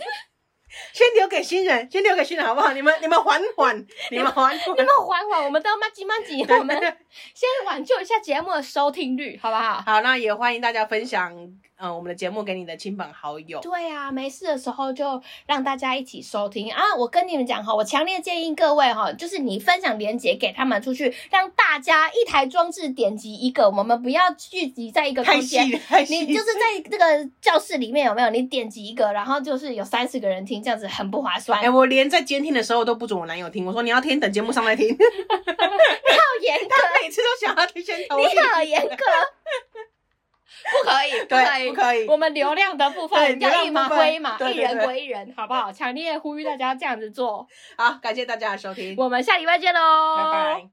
Speaker 1: 先留给新人，先留给新人好不好？你们你们缓 缓，你们缓缓
Speaker 2: 们。缓缓，我们都慢几慢几，我们先挽救一下节目的收听率，好不好？
Speaker 1: 好，那也欢迎大家分享，呃，我们的节目给你的亲朋好友。
Speaker 2: 对啊，没事的时候就让大家一起收听啊！我跟你们讲哈，我强烈建议各位哈，就是你分享链接给他们出去，让大家一台装置点击一个，我们不要聚集在一个
Speaker 1: 太
Speaker 2: 空间
Speaker 1: 细，了，太细
Speaker 2: 你
Speaker 1: 了。
Speaker 2: 就是在这个教室里面有没有？你点击一个，然后就是有三十个人听，这样子很不划算。
Speaker 1: 哎、
Speaker 2: 要
Speaker 1: 我连在监听的时候都不准我男友听，我说你要听，等节目上 来听。
Speaker 2: 严格，
Speaker 1: 他每次都想要听先投
Speaker 2: 你好严格，不可以，不可
Speaker 1: 对，
Speaker 2: 以，
Speaker 1: 不可以。
Speaker 2: 我们流量的部
Speaker 1: 对
Speaker 2: 分
Speaker 1: 流
Speaker 2: 要
Speaker 1: 量
Speaker 2: 一码
Speaker 1: 部分
Speaker 2: 归一码，
Speaker 1: 对
Speaker 2: 一
Speaker 1: 对
Speaker 2: 人
Speaker 1: 对
Speaker 2: 归一人，好不好？强烈呼吁大家这样子做。
Speaker 1: 好，感谢大家的收听，
Speaker 2: 我们下礼拜见喽，
Speaker 1: 拜拜。